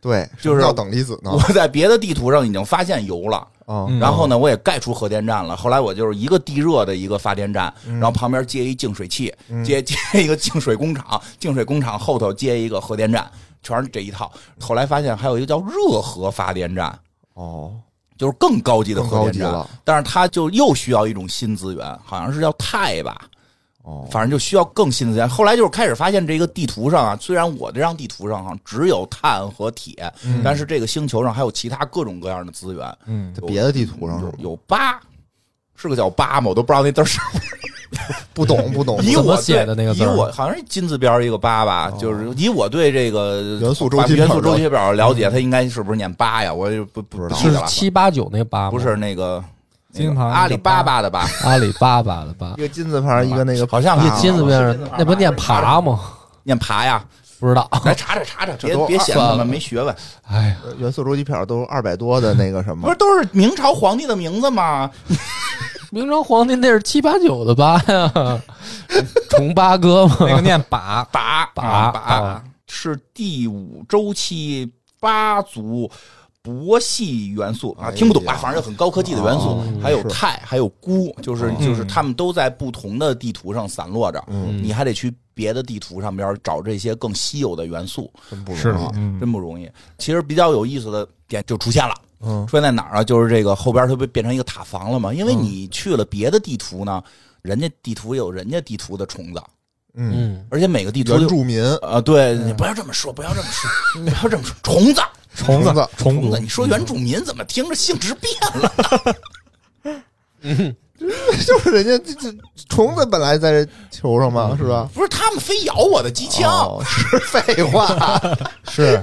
对，
就是
要等离子呢
我，在别的地图上已经发现油了。
啊，
嗯
然后呢，我也盖出核电站了。后来我就是一个地热的一个发电站，
嗯
然后旁边接一净水器，接 接一个净水工厂，净水工厂后头接一个核电站，全是这一套。后来发现还有一个叫热核发电站，
哦，
就是更高级的
更
核
高
电
级
站，
了，
但是它就又需要一种新资源，好像是叫钛吧，
哦，
反正就需要更新的资源。后来就是开始发现这个地图上啊，虽然我这张地图上好像只有碳和铁，
嗯
但是这个星球上还有其他各种各样的资源，
嗯，
在别的地图上是
有
吗
有八，是个叫八吗？我都不知道那字儿是
不懂不懂，
以
怎么
我对
写的那个字
以
儿
我好像是金字边一个八吧，就是以我对这个
哦元素周期表
元
嗯
素周期表了解，它应该是不是念八呀？我也不不
不知道
记
是
得了，
七八九那八吗
不是那个那
金
个
行
阿里巴巴的吧？
阿里巴巴的巴
一，个金字旁，一个那个
好像
一
是
啊
金字边儿那不念爬吗？
念爬呀，
不知道，
来查查查查，别
哦这都
别显得
算
我
了
们没学
嗯
问。
哎呀，
元素周期表都二百多的那个什
不
么
是，都是明朝皇帝的名字吗？
明朝皇帝那是七八九的八呀，重八哥嘛，
那个念把
把
把
把
啊
是第五周期八族铂系元素
哎
啊，
呀
听不懂啊，啊反正就很高科技的元素
哦，
还有
是
钛，还有钴，就是
嗯
就是他们都在不同的地图上散落着，
嗯
你还得去别的地图上边找这些更稀有的元素，
真不
是
容易，
嗯
真不容易。其实比较有意思的点就出现了。
嗯，
出现在哪儿啊？就是这个后边它不变成一个塔防了吗？因为你去了别的地图呢，人家地图有人家地图的虫子，
嗯，
嗯，
而且每个地图
原
有
住民
啊，对
嗯
你不要这么说，不要这么说，不要这么说，虫子，
虫
虫子
虫
虫
族
子，你说原住民怎么听着性质变了？
这就是人家这这虫子本来在这球上嘛，是吧？
不是他们非咬我的机枪，
哦是 废话，
是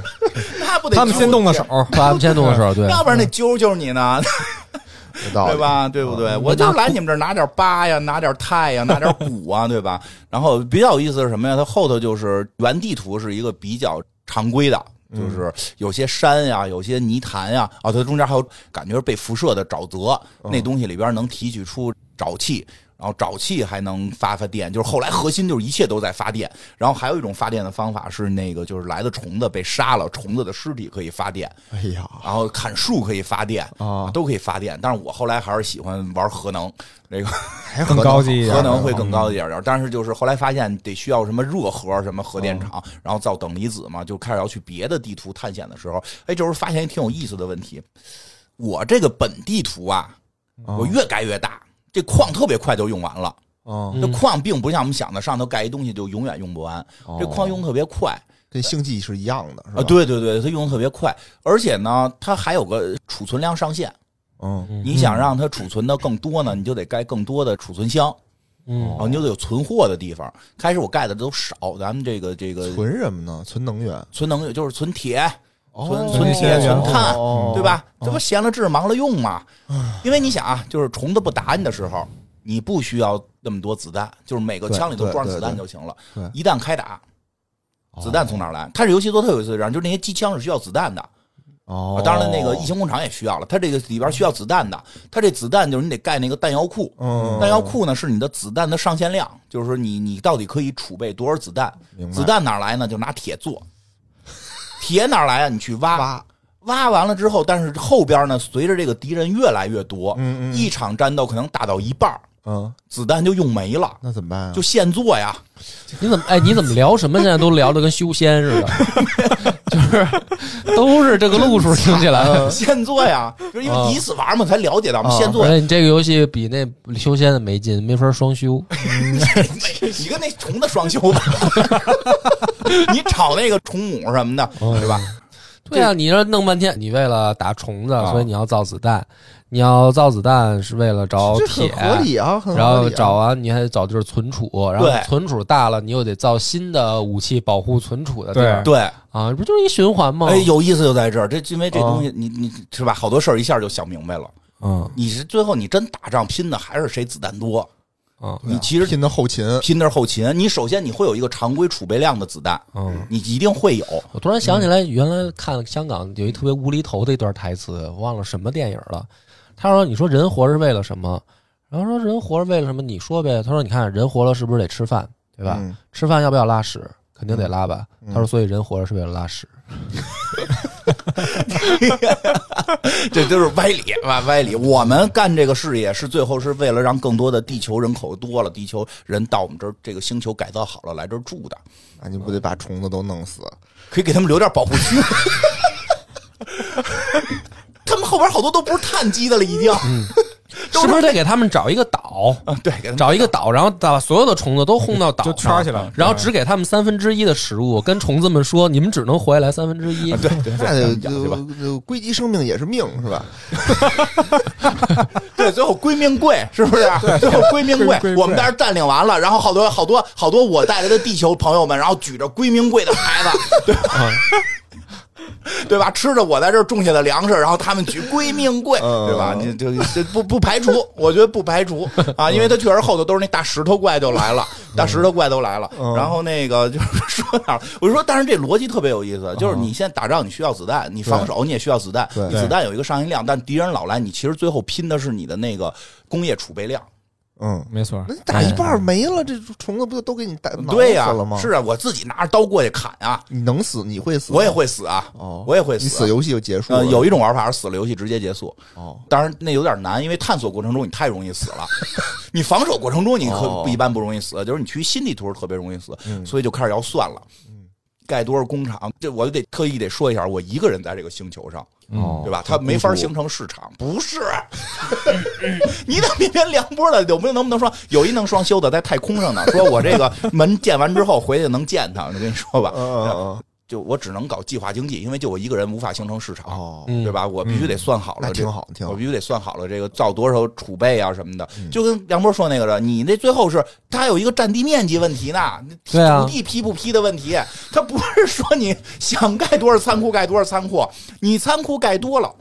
那不得
他们先动嗯
了
的手，，
他们先动的手，对，
要不然那揪揪你呢，
有道理嗯
对？吧？对不对？我就来你们这儿拿点疤呀，拿点钛呀，拿点骨啊， 对吧？然后比较有意思是什么呀？它后头就是原地图是一个比较常规的。
嗯
就是有些山呀，有些泥潭呀，啊，它中间还有感觉是被辐射的沼泽，
嗯
那东西里边能提取出沼气，然后沼气还能发发电，就是后来核心就是一切都在发电。然后还有一种发电的方法是那个，就是来的虫子被杀了，虫子的尸体可以发电，
哎呀，
然后砍树可以发电
啊
都可以发电。但是我后来还是喜欢玩核能，这个
还
更高级一点
核能会更
嗯
高一点点。但是就是后来发现得需要什么热核、什么核电
哦
厂，然后造等离子嘛，就开始要去别的地图探险的时候，哎，就是发现一挺有意思的问题。我这个本地图啊，
嗯
我越盖越大，这矿特别快就用完了。
哦，
这矿并不像我们想的上头盖一东西就永远用不完，这矿用特别快。
跟星际是一样的，哦是吧？
哦啊，，对对对，它用的特别快，而且呢，它还有个储存量上限。
嗯，
你想让它储存的更多呢，你就得盖更多的储存箱，
嗯，
啊，你就得有存货的地方。开始我盖的都少，咱们这个这个
存什么呢？存能源，
存能源就是存铁、存
哦
存铁、
能源
存碳，
哦哎
对吧？这不闲了置忙了用嘛。因为你想啊，就是虫子不打你的时候，你不需要那么多子弹，就是每个
对
枪里头
对
装上
对
子弹
对
就行了
对。哦
一旦开打，子弹从哪儿来？它这游戏做特有意思的地方，就是那些机枪是需要子弹的。啊，
哦
当然，那个异形工厂也需要了，它这个里边需要子弹的，它这子弹就是你得盖那个弹药库，
嗯
弹药库呢是你的子弹的上限量，就是说你你到底可以储备多少子弹
明，白
子弹哪来呢？就拿铁做，铁哪来啊？你去挖挖。挖完了之后，但是后边呢，随着这个敌人越来越多，
嗯嗯嗯
一场战斗可能打到一半儿，
嗯，
子弹就用没了，
那怎么办啊？
就现做呀。
你怎么哎？你怎么聊什么？现在都聊的跟修仙似的， 就是都是这个路数，听起来。
现做呀，就是因为第一次玩嘛，才了解到嘛。
啊
现做
而，且你这个游戏比那修仙的没劲，没法双 修。
你跟那虫子双修吧，你炒那个虫母什么的，对吧？
对啊，你这弄半天，你为了打虫子，
啊
所以你要造子弹，你要造子弹是为了找
这
铁
很，合理啊，很合理啊
然后找完你还得找就是存储，然后
对
存储大了，你又得造新的武器保护存储的地儿
对
对，
啊，不就是一循环吗？
哎，有意思就在这儿，这因为这东西，你你是吧？好多事儿一下就想明白了。
嗯
你是最后你真打仗拼的还是谁子弹多？
嗯
你其实
啊
嗯
拼的后勤，
拼的是后勤，你首先你会有一个常规储备量的子弹，
嗯。
你一定会有。
我突然想
嗯
起来，原来看香港有一特别无厘头的一段台词，忘了什么电影了。他说：“你说人活着是为了什么？”然后说：“人活着为了什么？你说呗。”他说：“你看人活了是不是得吃饭，对吧？
嗯
吃饭要不要拉屎？肯
嗯
定得拉吧。他说：“所以人活着是为了拉屎。
这就是歪理，歪歪理。我们干这个事业是最后是为了让更多的地球人口多了，地球人到我们这儿这个星球改造好了来这儿住的，
那你不得把虫子都弄死？
可以给他们留点保护 区。他们后边好多都不是碳基的了，已经。都
是不是得给他们找一个岛，
啊，嗯对，给他们
找一个岛，然后把所有的虫子都轰到岛
就
上，
圈起来
嗯
然后只给他们三分之一的食物，跟虫子们说：你们只能活下来三分之一。
啊对对
那就
对，对吧？
就就归集生命也是命，是吧？
对，最后归命贵，是不是？最后归命贵
归归，贵
我们在这占领完了，然后好多好多好多我带来的地球朋友们，然后举着归命贵的牌 子，对吧？对吧？吃着我在这儿种下的粮食，然后他们举归命贵，
嗯
对吧？你就这不不排除，我觉得不排除啊，因为他确实后头都是那大石头怪就来了，大石头怪都来了。
嗯
然后那个就是 说哪儿，我说，但是这逻辑特别有意思，就是你现在打仗你需要子弹，你防守你也需要子弹，
嗯对
你子弹有一个上限量，但敌人老来，你其实最后拼的是你的那个工业储备量。
嗯，
没错
那，你打一半儿没了，这虫子不就都给你打挠
哎对呀、
死了吗？
是啊，我自己拿着刀过去砍啊，
你能死，你会死，
我也会死啊，
哦，
我也会
你
死啊、
死游戏就结束了。
呃，有一种玩法是死了游戏直接结束，
哦，
当然那有点难，因为探索过程中你太容易死 了，你防守过程中你可
哦
不一般不容易死，就是你去新地图特别容易死，所以就开始要算了，
嗯
盖多少工厂，这我就得特意得说一下，我一个人在这个星球上，
嗯
哦
对吧？它没法形成市场，不是？ 你怎么偏偏梁波的有没有能不能说有一能双修的在太空上呢？说我这个门建完之后回去能见他，我跟你说吧，
嗯嗯嗯，
就我只能搞计划经济，因为就我一个人无法形成市场，
哦，
嗯
对？吧？我必须得算好了
那
这
挺好，挺
我
好
必。须得算好了这个造多少储备啊什么的
嗯，
就跟梁波说那个的，你那最后是它有一个占地面积问题呢，
对啊
土地批不批的问题，它不是说你想盖多少仓库盖多少仓库，你仓库盖多了，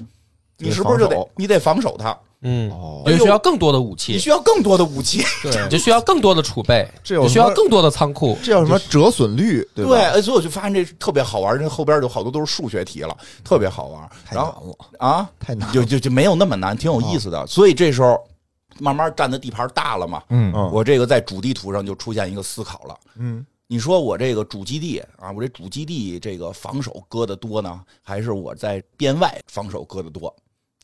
你是不是就
得
得
防守
你得防守它，
嗯，
哦，
哎
就需要更多的武器
你，需要更多的武器，
你就需要更多的储备，
这有
你
什么
需要更多的仓库。
这叫什么折损率？对吧？
对，所以我就发现这特别好玩，这后边有好多都是数学题了，特别好玩，
太
然
难
后
了，
啊，
太难了。
就就就没有那么难，挺有意思的，所以这时候慢慢占的地盘大了嘛，
嗯，
嗯
我这个在主地图上就出现一个思考了。
嗯，
你说我这个主基地啊，我这主基地这个防守割的多呢，还是我在边外防守割的多？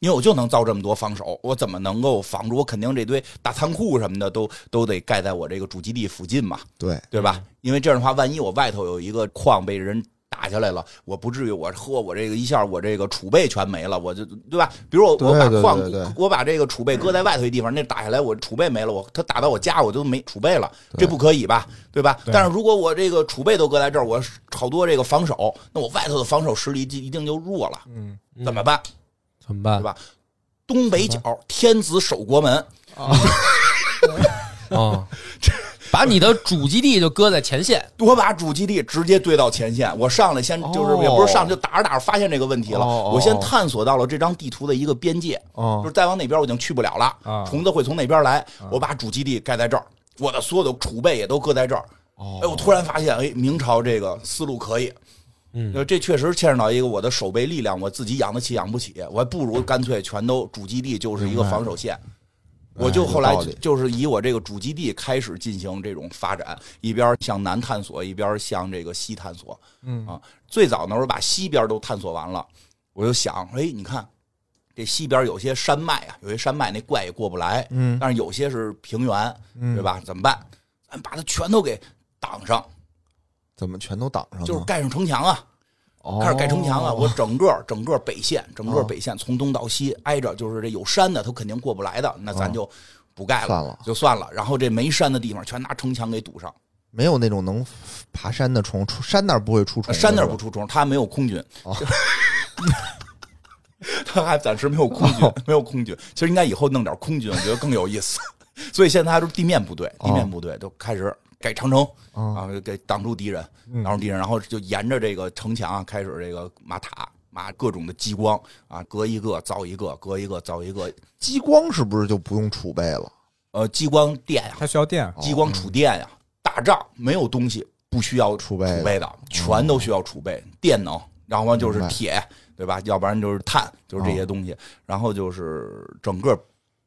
因为我就能造这么多防守，我怎么能够防住？我肯定这堆大仓库什么的都都得盖在我这个主基地附近嘛，
对，
对吧？因为这样的话，万一我外头有一个矿被人打下来了，我不至于我喝我这个一下我这个储备全没了，我就对吧？比如我
对
我把
对
矿
对对
我把这个储备搁在外头一地方，那打下来我储备没了，我他打到我家我就没储备了，这不可以吧？对吧？
对
但是如果我这个储备都搁在这儿，我好多这个防守，那我外头的防守实力就一定就弱了，
嗯，
怎么办？
怎么办
对吧？东北角
嗯
天子守国门，
啊？把你的主基地就搁在前线，
我把主基地直接对到前线，我上来先就是
哦
也不是上来就打着打着发现这个问题了，
哦哦
我先探索到了这张地图的一个边界，就
哦
是再往哪边我已经去不了了，
啊
虫子会从哪边来，我把主基地盖在这儿，我的所有的储备也都搁在这儿。哎，我
哦，
突然发现，哎，明朝这个思路可以，
嗯
呃，这确实牵扯到一个我的守备力量，我自己养得起养不起，我还不如干脆全都主基地就是一个防守线。
白
我就后来
哎有道理
就是以我这个主基地开始进行这种发展，一边向南探索，一边向这个西探索。
嗯
啊，最早呢，我把西边都探索完了，我就想，哎，你看这西边有些山脉啊，有些山脉那怪也过不来，
嗯，
但是有些是平原，对吧？怎么办？咱把它全都给挡上，
怎么全都挡上了？
就是盖上城墙啊。
嗯哦嗯
开始盖城墙啊！我整个整个北线，整个北线从东到西挨着，就是这有山的，他肯定过不来的，那咱就不盖了，
嗯算了，
就算了。然后这没山的地方全拿城墙给堵上，
没有那种能爬山的虫，出山那儿不会出虫，
呃山那儿不
出。
出虫，他没有空军
哦，
他还暂时没有空
哦
军，没有空军。其实应该以后弄点空军，我觉得更有意思。 所以现在还是地面部队，
哦
地面部队都开始盖长城
啊
啊，给挡住敌人。
嗯
然后敌人，然后就沿着这个城墙啊，开始这个马塔马各种的激光啊，隔一个造一个，隔一个造一个，
激光是不是就不用储备了？
呃，激光电呀、
它需要电，啊
激光储电呀、打仗没有东西不需要
储备
储备的，全都需要储备，电能，然后就是
明白哦
铁，对吧？要不然就是碳，就是这些东西，然后就是整个。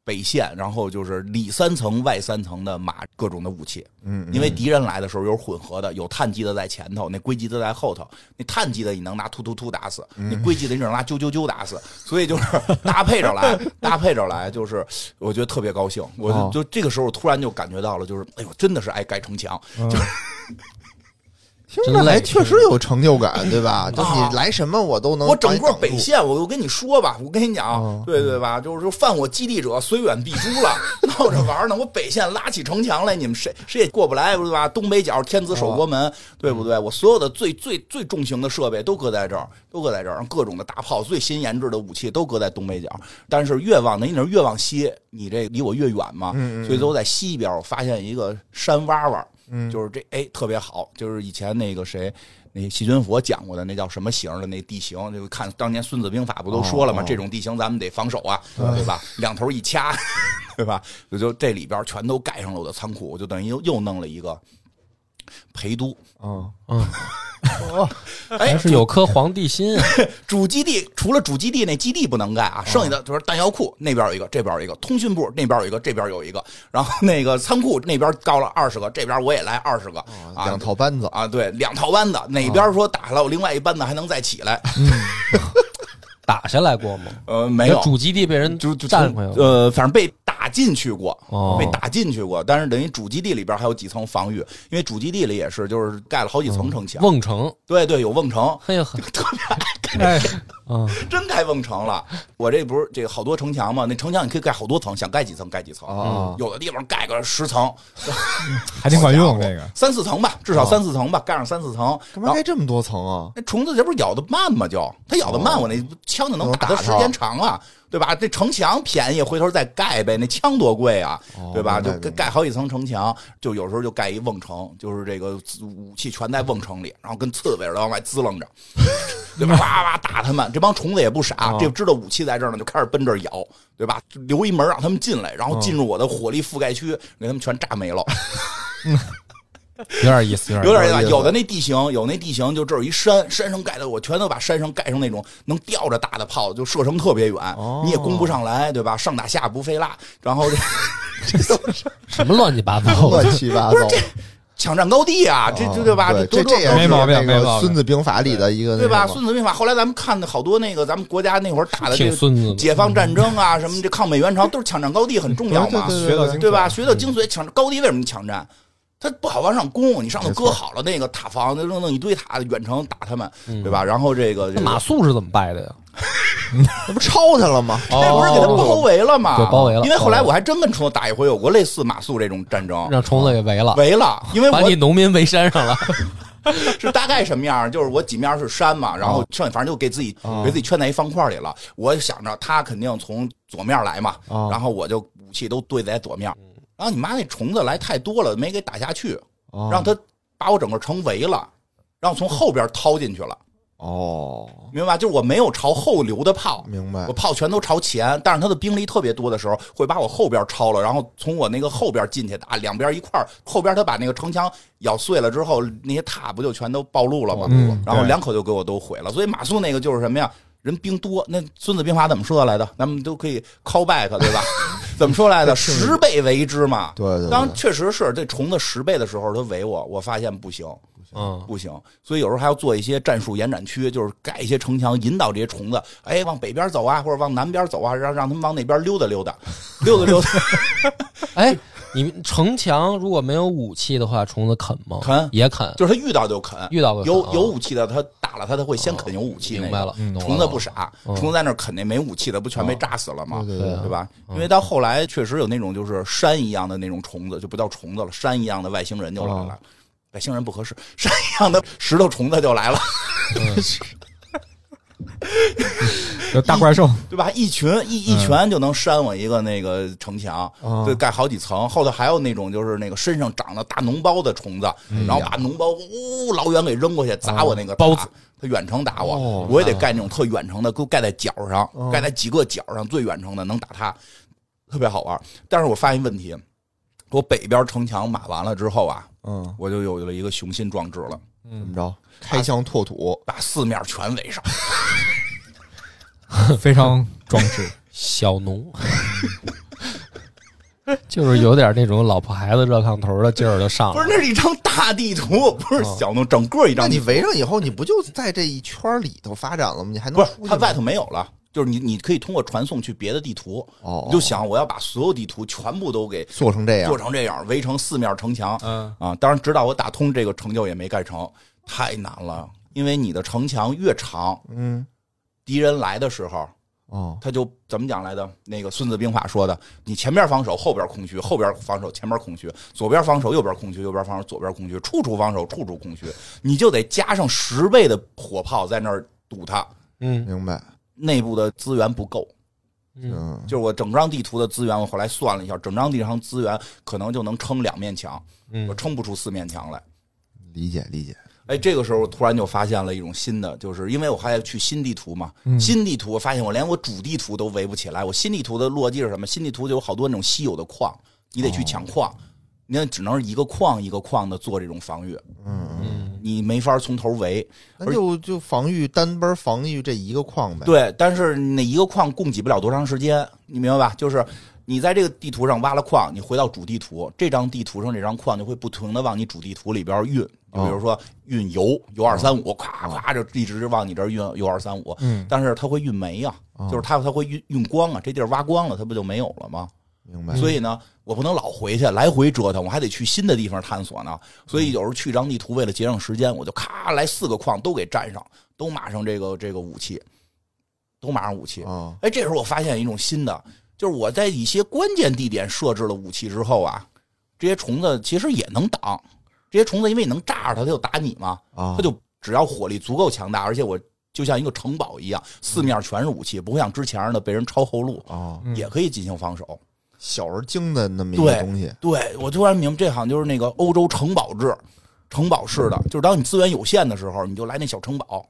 北线，然后就是里三层外三层的马各种的武器，
嗯，嗯
因为敌人来的时候有混合的，有碳基的在前头，那硅基的在后头。那碳基的你能拿突突突打死，
嗯
那硅基的你只能拿啾啾啾打死。所以就是 搭配着来，搭配着来，就是我觉得特别高兴。我
哦
就就这个时候突然就感觉到了，就是哎呦，真的是爱盖城墙。
听
真
着
累
还确实有成 就感，对吧？就
啊
你来什么我都能
我
把
整
你挡住，
个北线，我我跟你说吧，我跟你讲，
哦
对对吧？就是说犯我基地者，虽远必诛 了。闹着玩呢，我北线拉起城墙来，你们谁谁也过不来，对吧？东北角天子守国门，
哦
对不对？我所有的最最最重型的设备都搁在这儿，都搁在这儿，各种的大炮、最新研制的武器都搁在东北角。但是越往南，你那越往西，你这离我越远嘛。
嗯嗯嗯
所以都在西边，我发现一个山洼洼，
嗯
就是这哎特别好，就是以前那个谁。那细菌佛讲过的那叫什么型儿的那地形，就看当年《孙子兵法》不都说了吗？
哦哦
这种地形咱们得防守啊，对吧？两头一掐， 对吧？我就这里边全都盖上了我的仓库，我就等于又又弄了一个陪都。
嗯
嗯，
哎
还，是有颗皇帝心啊。
主基地除了主基地那基地不能盖啊，剩下
哦
的就是弹药库那边有一个，这边有一个；通讯部那边有一个，这边有一个；然后那个仓库那边告了二十个，这边我也来二十个啊，
哦两套班子，
啊，对，两套班子，哪
啊
边说打下来，我另外一班子还能再起来。
打下来过吗？
呃，没有，
主基地被人
就就
占回来了。
呃，反正被打进去过，
哦
被打进去过。但是等于主基地里边还有几层防御，因为主基地里
嗯
也是，就是盖了好几层城墙。
瓮城，
对对，有瓮城，
嘿呵，
哎，
嗯
真开瓮城了。我这不是这个好多城墙嘛？那城墙你可以盖好多层，想盖几层盖几层。
哦
啊
有的地方盖个十层、
还挺管用这个。
三四层吧，
哦
至少三四层吧，盖上三四层。
干
然
嘛
后
该这么多层啊？哦
那虫子这不是咬的慢吗就？它咬的慢，我那枪就能打的时间长啊，对吧？这城墙便宜，回头再盖呗。那枪多贵啊，对吧？
哦明白
就
明白
盖好几层城墙，就有时候就盖一瓮城，就是这个武器全在瓮城里，然后跟刺猬似的往外滋楞 着，对吧？哇哇打他们，这帮虫子也不
哦
傻，这知道武器在这儿呢，就开始奔这儿咬，对吧？就留一门让他们进来，然后
哦
进入我的火力覆盖区，给他们全炸没了。
有点意思，有
有
点
点
有
意
点
思。啊
意思
有的那地形，有那地形，就这儿有一山，山上盖的，我全都把山上盖上那种能吊着打的炮，就射程特别远，
哦
你也攻不上来，对吧？上打下不费蜡，然后这 这都是
什么乱七八 糟的
乱七八
不
糟
是这抢占高地啊，这这对吧？
哦对
多
这
多啊
这也
没
是
毛病
那
没
个
毛病
孙子兵法》里的一个
对吧？
那什
孙
么
子兵法，后来咱们看的好多那个咱们国家那会儿打的这
挺孙子
个
的
解放战争啊，什么这抗美援朝都是抢占高地很重要嘛，
对嗯对
学到精髓
对吧？？学到精髓，抢高地为什么抢占？他不好往上攻，你上头
没错
搁好了那个塔防，就弄弄一堆塔，远程打他们，对吧？然后这个这
那
个
马谡是怎么败 的呀？
那不抄他了吗？
那哎不是给他包
哦
围了吗？
对包围了
因为后来我还真跟虫子打一回，有过类似马谡这种战争，
让虫子给围了，
围了。因为
把你
我
农民围山上 了。
是大概什么样儿，就是我几面是山嘛，然
哦
后剩下反正就给自己给自己圈在一方块里了。我想着他肯定从左面来嘛，
哦
然后我就武器都对在左面。
嗯
然后你妈那虫子来太多了，没给打下去，
哦
让他把我整个城围了，然后从后边掏进去了，
哦，
明白吧？就是我没有朝后流的炮，
明白
我。炮全都朝前，但是他的兵力特别多的时候，会把我后边抄了，然后从我那个后边进去打，两边一块儿。后边他把那个城墙咬碎了之后，那些塔不就全都暴露了吗？
嗯
然后
对
两口就给我都毁了。所以马谡那个就是什么呀？人兵多，那《孙子兵法》怎么说来的？咱们都可以 call back，对 吧？怎么说来的？十倍为之嘛。
对对对
当然确实是这虫子十倍的时候，他围我，我发现不行。
嗯，
不行，所以有时候还要做一些战术延展区，就是盖一些城墙，引导这些虫子，哎，往北边走啊，或者往南边走啊，让让他们往那边溜达溜达，溜达溜 达。
哎，你们城墙如果没有武器的话，虫子啃吗？
啃
也啃。
就是他遇到 就啃，
遇到就啃
有
啊
有武器的，他打了他，他会先啃有武器那
哦明
个。嗯
白了，懂了嗯
虫子不傻，虫子在那儿啃那没武器的，不全被炸死了吗？
对对
对嗯
对吧？因为到后来确实有那种就是山一样的那种虫子，就不叫虫子了，山一样的外星人就来
哦
了。外星人不合适，山一样的石头虫子就来了，
有大怪兽，
对吧？一群一一拳就能扇我一个那个城墙，
嗯啊
对，盖好几层。后头还有那种就是那个身上长了大脓包的虫子，
哎
然后把脓包呜、老远给扔过去砸我那个
包
塔
子
它远程打我，
啊哦
我也得盖那种特远程的，给我盖在脚上，盖在几个脚上最远程的能打它，特别好玩。但是我发现一问题，我北边城墙码完了之后啊，
嗯，
我就有了一个雄心壮志了，
怎么着？开疆拓土，
把四面全围上。
非常壮志。
小农， 就是有点那种老婆孩子热炕头的劲儿就上
不
来
是，
了。
那是一张大地图，不是小弄，整个一
哦那
张地图。
你围上以后，你不就在这一圈里头发展了吗？你还能
不是
出去吗
它外头没有了，就是你你可以通过传送去别的地图。
哦
你就想我要把所有地图全部都给
做成这样
做，成这样，围成四面城墙。
嗯
啊，当然直到我打通这个成就也没盖成，太难了，因为你的城墙越长，
嗯，
敌人来的时候。
哦，
他就怎么讲来的？那个《孙子兵法》说的，你前边防守，后边空虚；后边防守，前边空虚；左边防守，右边空虚；右边防守，左边空虚；处处防守，处处空虚。你就得加上十倍的火炮在那儿堵它，
嗯
明白，
内部的资源不够。
嗯，
嗯，
就是我整张地图的资源，我后来算了一下，整张地上资源可能就能撑两面墙，
嗯
我撑不出四面墙来。
理解理解，
哎，这个时候我突然就发现了一种新的，就是因为我还要去新地图嘛，新地图我发现我连我主地图都围不起来。我新地图的落地是什么？新地图就有好多那种稀有的矿，你得去抢矿，你看只能是一个矿一个矿的做这种防御，
嗯，
你没法从头围。
那就就防御单边防御这一个框呗，，
对，但是那一个矿供给不了多长时间，你明白吧？就是你在这个地图上挖了矿，你回到主地图，这张地图上这张矿就会不停的往你主地图里边运，就比如说运油，油二三五，咵咵就一直往你这儿运油二三五，
嗯，
但是它会运煤呀、就是它它会运运光啊，这地儿挖光了，它不就没有了吗？
明白，
所以呢，我不能老回去，来回折腾，我还得去新的地方探索呢。所以有时候去一张地图，为了节省时间，我就咔来四个矿都给占上，都码上这个这个武器，都马上武器。
啊，
哎，这时候我发现一种新的，就是我在一些关键地点设置了武器之后啊，这些虫子其实也能挡。这些虫子因为你能炸着它，它就打你嘛，
啊
它就只要火力足够强大，而且我就像一个城堡一样，四面全是武器，不会像之前似的被人抄后路，
啊，
嗯
也可以进行防守。
小而精的那么一个
对
东西，
对我突然明白，这好像就是那个欧洲城堡制，城堡式
嗯
的，就是当你资源有限的时候，你就来那小城堡。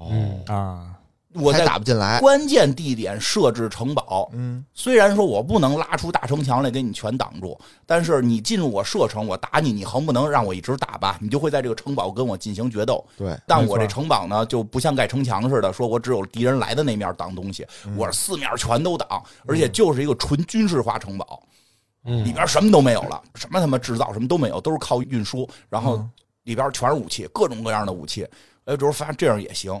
嗯，
啊，
我
哦还
在
打不进来，
关键地点设置城堡，
嗯，
虽然说我不能拉出大城墙来给你全挡住，但是你进入我射程，我打你，你横不能让我一直打吧？你就会在这个城堡跟我进行决斗。
对，
但
没错
我这城堡呢，就不像盖城墙似的，说我只有敌人来的那面挡东西，
嗯
我是四面全都挡，而且就是一个纯军事化城堡，
嗯
里边什么都没有了，什么他妈制造什么都没有，都是靠运输，然后
嗯
里边全是武器，各种各样的武器。哎，之后发现这样也行，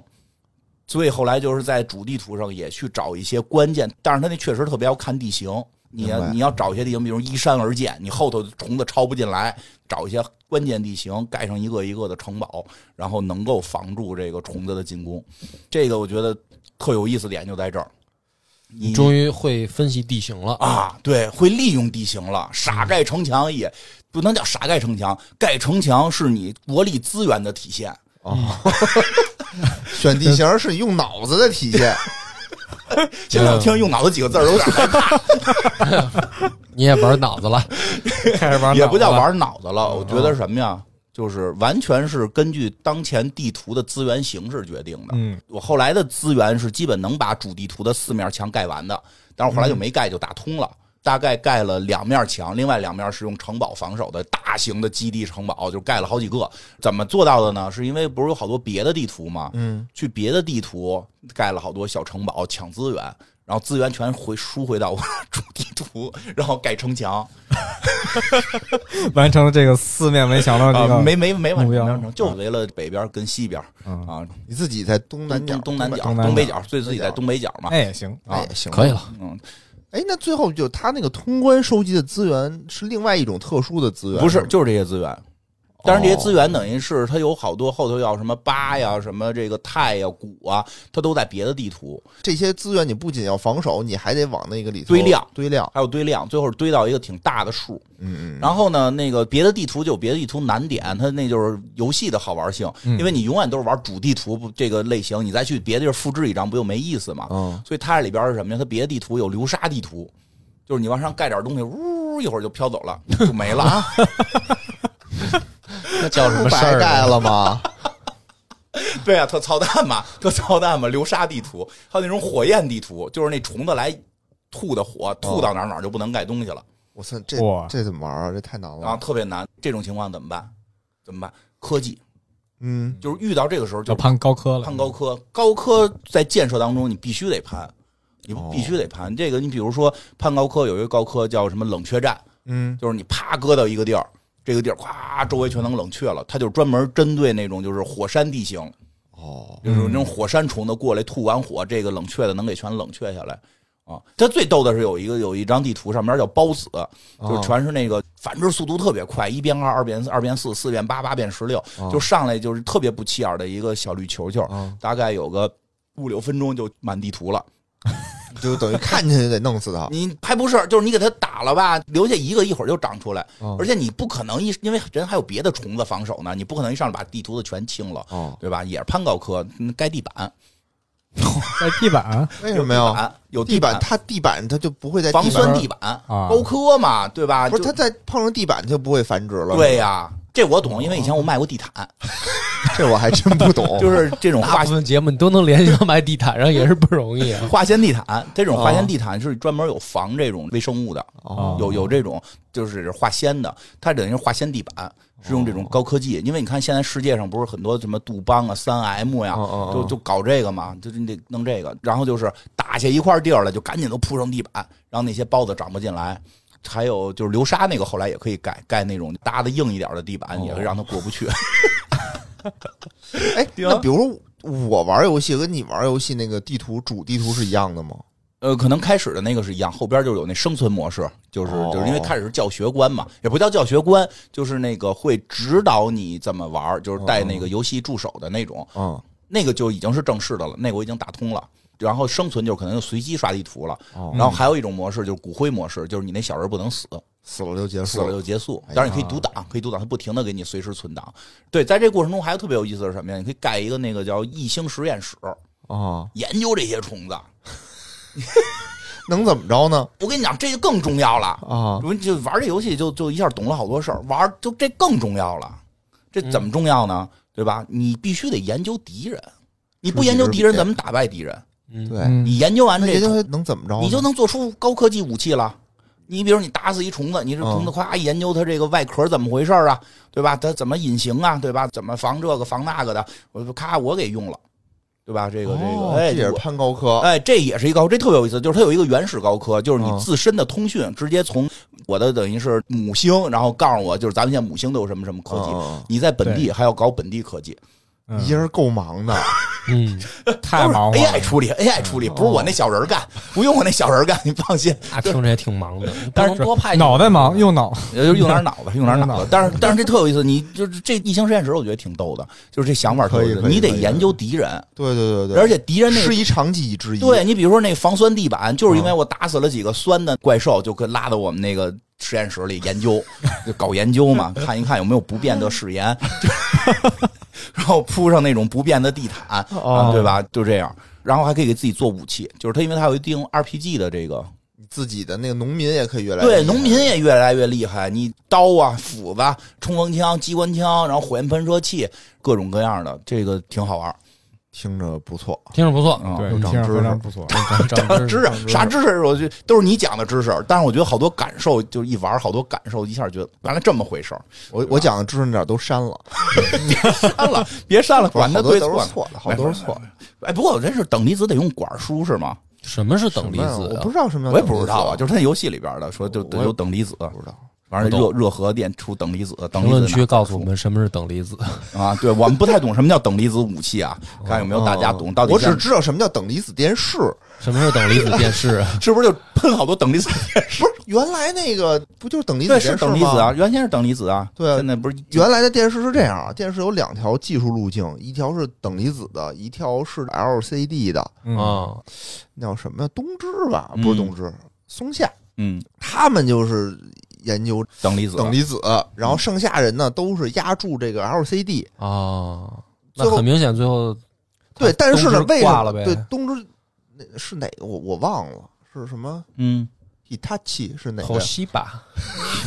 所以后来就是在主地图上也去找一些关键，但是他那确实特别要看地形。你
明白
你要找一些地形，比如依山而建，你后头虫子抄不进来，找一些关键地形，盖上一个一个的城堡，然后能够防住这个虫子的进攻。这个我觉得特有意思点就在这儿，你
终于会分析地形了，
啊，对，会利用地形了。傻盖城墙也不能叫傻盖城墙，盖城墙是你国力资源的体现。
选地形是用脑子的体现，
现在我听用脑子几个字儿都有点害怕，
你也玩脑子了，
开始玩
也不叫
脑子了，
玩脑子了。我觉得是什么呀？就是完全是根据当前地图的资源形势决定的。
嗯，
我后来的资源是基本能把主地图的四面墙盖完的，但是我后来就没盖，就打通了。大概盖了两面墙，另外两面是用城堡防守的大型的基地城堡，就盖了好几个。怎么做到的呢？是因为不是有好多别的地图吗？
嗯，
去别的地图盖了好多小城堡抢资源，然后资源全回输回到我 主地图，然后盖城墙。
完成了这个四面围墙的
啊、
这个
没没没完
目标
成，就围了北边跟西边
嗯
啊，
你自己在东南角，
东东南角、
东南角
北角，最自己在东北角嘛。
哎也行，
那也行，
可以。了，
嗯，
哎，那最后就他那个通关收集的资源是另外一种特殊的资源，哦
不是，就是这些资源。当然，这些资源等于是它有好多后头要什么八呀、什么这个钛呀、钴啊，它都在别的地图
这些资源你不仅要防守，你还得往那个里头
堆量
堆量。
还有堆量，最后是堆到一个挺大的数。
嗯嗯，
然后呢，那个别的地图就有别的地图难点，它那就是游戏的好玩性，
嗯
因为你永远都是玩主地图不这个类型，你再去别的地儿复制一张不就没意思吗？
嗯
所以它这里边是什么呀？它别的地图有流沙地图，就是你往上盖点东西，呜一会儿就飘走了，就没 了。啊、
那叫什
不
么事
白
儿啊？
盖了吗？
对啊，特操蛋嘛，特操蛋嘛！流沙地图，还有那种火焰地图，就是那虫子来吐的火，吐到哪儿哪儿就不能盖东西了、
我操，这
哇
这怎么玩啊？这太难
啊，
了。
特别难。这种情况怎么办？怎么办？科技
嗯，
就是遇到这个时候就
要攀高科了，
攀高科，高科在建设当中你必须得攀，你
哦
必须得攀。这个你比如说攀高科有一个高科叫什么冷却站，
嗯，
就是你啪搁到一个地儿，这个地儿咵周围全能冷却了，它就专门针对那种就是火山地形，
哦，
就是有那种火山虫子过来吐完火，这个冷却的能给全冷却下来。啊，它最逗的是有一个有一张地图，上面叫孢子，
哦
就是全是那个繁殖速度特别快，一变二，二变四，二变四，四变八，八变十六，
哦
就上来就是特别不起眼的一个小绿球球，
啊，
大概有个五六分钟就满地图了。
就等于看见就得弄死 他。
你还不是，就是你给它打了吧，留下一个，一会儿就长出来。
嗯
而且你不可能一，因为人还有别的虫子防守呢，你不可能一上来把地图的全清了，
哦，
对吧？也是攀高科，嗯盖地板，
在地板啊
为什么呀？
板有
地板
板，
它地板它就不会在
防
地板
酸
上
地板，高科嘛，对吧？
不是
就
它在碰上地板就不会繁殖了。
对，呀。这我懂，因为以前我卖过 地毯，
这我还真不 懂。
就是这种
大
化
部分节目你都能联系到买地毯上，也是不容易 啊。
化纤地毯，这种化
啊
纤地毯是专门有防这种微生物的，
哦
有有这种就是化纤的，它等于是化纤地板，是用这
哦
种高科技。因为你看现在世界上不是很多什么杜邦啊、三 M 呀，
哦哦
就就搞这个嘛，就是你得弄这个，然后就是打下一块地儿来，就赶紧都铺上地板，让那些包子长不进来。还有就是流沙那个，后来也可以盖盖那种搭的硬一点的地板，
哦
也会让它过不去。
哎，
对啊
那比如说我玩游戏跟你玩游戏那个地图主地图是一样的吗？
呃，可能开始的那个是一样，后边就有那生存模式，就是
哦
就是因为开始是教学官嘛，也不叫教学官，就是那个会指导你怎么玩
哦
儿，就是带那个游戏助手的那种，
嗯，
那个就已经是正式的了，那个我已经打通了。然后生存就是可能就随机刷地图了，
哦
然后还有一种模式就是骨灰模式，就是你那小人不能死，
死了就结
死
束
了
了，
就结束。
哎呀
当然你可以读档，可以读档，它不停的给你随时存档。对，在这过程中还有特别有意思的是什么呀？你可以盖一个那个叫异星实验室，
啊，
研究这些虫子。
能怎么着呢？
我跟你讲，这就更重要了。
啊，
我就玩这游戏就就一下懂了好多事儿，玩儿就这更重要了。这怎么重要呢？对吧？你必须得研究敌人，你不研究敌人
嗯是
怎么打败敌人？
嗯，
对，
嗯
你研究完
那
这
研究
虫，
它能怎么着呢？
你就能做出高科技武器了。你比如你打死一虫子，你这
嗯
虫子夸研究它这个外壳怎么回事儿啊，对吧？它怎么隐形啊，对吧？怎么防这个防那个的？我就咔我给用了，对吧？这个这个，
哦
哎，
这也是
我
攀高科，
哎，这也是一高，这特别有意思，就是它有一个原始高科，就是你
哦嗯
自身的通讯，直接从我的等于是母星，然后告诉我，就是咱们现在母星都有什么什么科技，
嗯
你在本地还要搞本地科技，
嗯
哎一人够忙 的，
嗯，
太忙
都
活
是
了
AI 处理，AI 处理，不是我那小人儿干，不用我那小人儿干，你放心，
那听着也挺忙的，不
但
能
是
多派几个
脑袋忙，用脑，
就用点脑子，用点脑
用点脑
子
子。
但是但是这特有意思，你就是这异形实验室，我觉得挺逗的，就是这想法特有意思
可以可以
你得
可以
研究敌人，
对对对对，
而且敌人那个
是一长计之一，
对你比如说那防酸地板，就是因为
嗯
我打死了几个酸的怪兽，就跟拉到我们那个实验室里研 究，就搞研究嘛，看一看有没有不变的誓言， 然后铺上那种不变的地毯，啊
哦，
对吧？就这样，然后还可以给自己做武器，就是它因为它有一定 RPG 的这个，
你自己的那个农民也可以越来越
对，农民也越来越厉害，你刀啊、斧子、冲锋枪、机关枪，然后火焰喷射器，各种各样的，这个挺好玩儿。
听着不错，
听着不错，
嗯
对，
又
听
长
着
知
非
识
常不错。
长 长
长知识，啊啥知识？我就都是你讲的知识，但是我觉得好多感受，就是一玩好多感受，一下觉得原来这么回事儿。
我我讲的知识那点儿都删了，
删了，别删了，管他
好多
对
都
错
是。错的，好多都是错的。
哎，不过我真是等离子得用管书是吗？
什么是等离
什么
子
呀我
啊
不？知道什么叫
我也
等离子，
不知道啊，就是他游戏里边的说就
我也
有等离子，
不知道。
反正
不
热热核电出等离子，
评
等离子
论
哪
区告诉我们什么是等离子。
啊，对我们不太懂什么叫等离子武器啊，看有没有大家懂。到底
嗯我只
现在
知道什么叫等离子电视，
什么是等离子电视啊？
是不是就喷好多等离 子？
不是原来那个不就是等离子
对，是
电视
等离子
吗
啊，？原先是等离子啊，
对啊
现在不是
原来的电视是这样啊，电视有两条技术路径，一条是等离子的，一条是 LCD 的，
嗯，
哦
那叫什么呀？东芝吧，不是
嗯
东芝，松下，
嗯
他们就是研究
等离子
等离子，然后剩下人呢都是压住这个 LCD。
啊，
最
那
后
很明显，最后
啊
对，但是呢，
东芝
为什
挂
么
了呗
对东芝那是哪个？我我忘了是什么
嗯，
Hitachi 是哪个
投？西巴，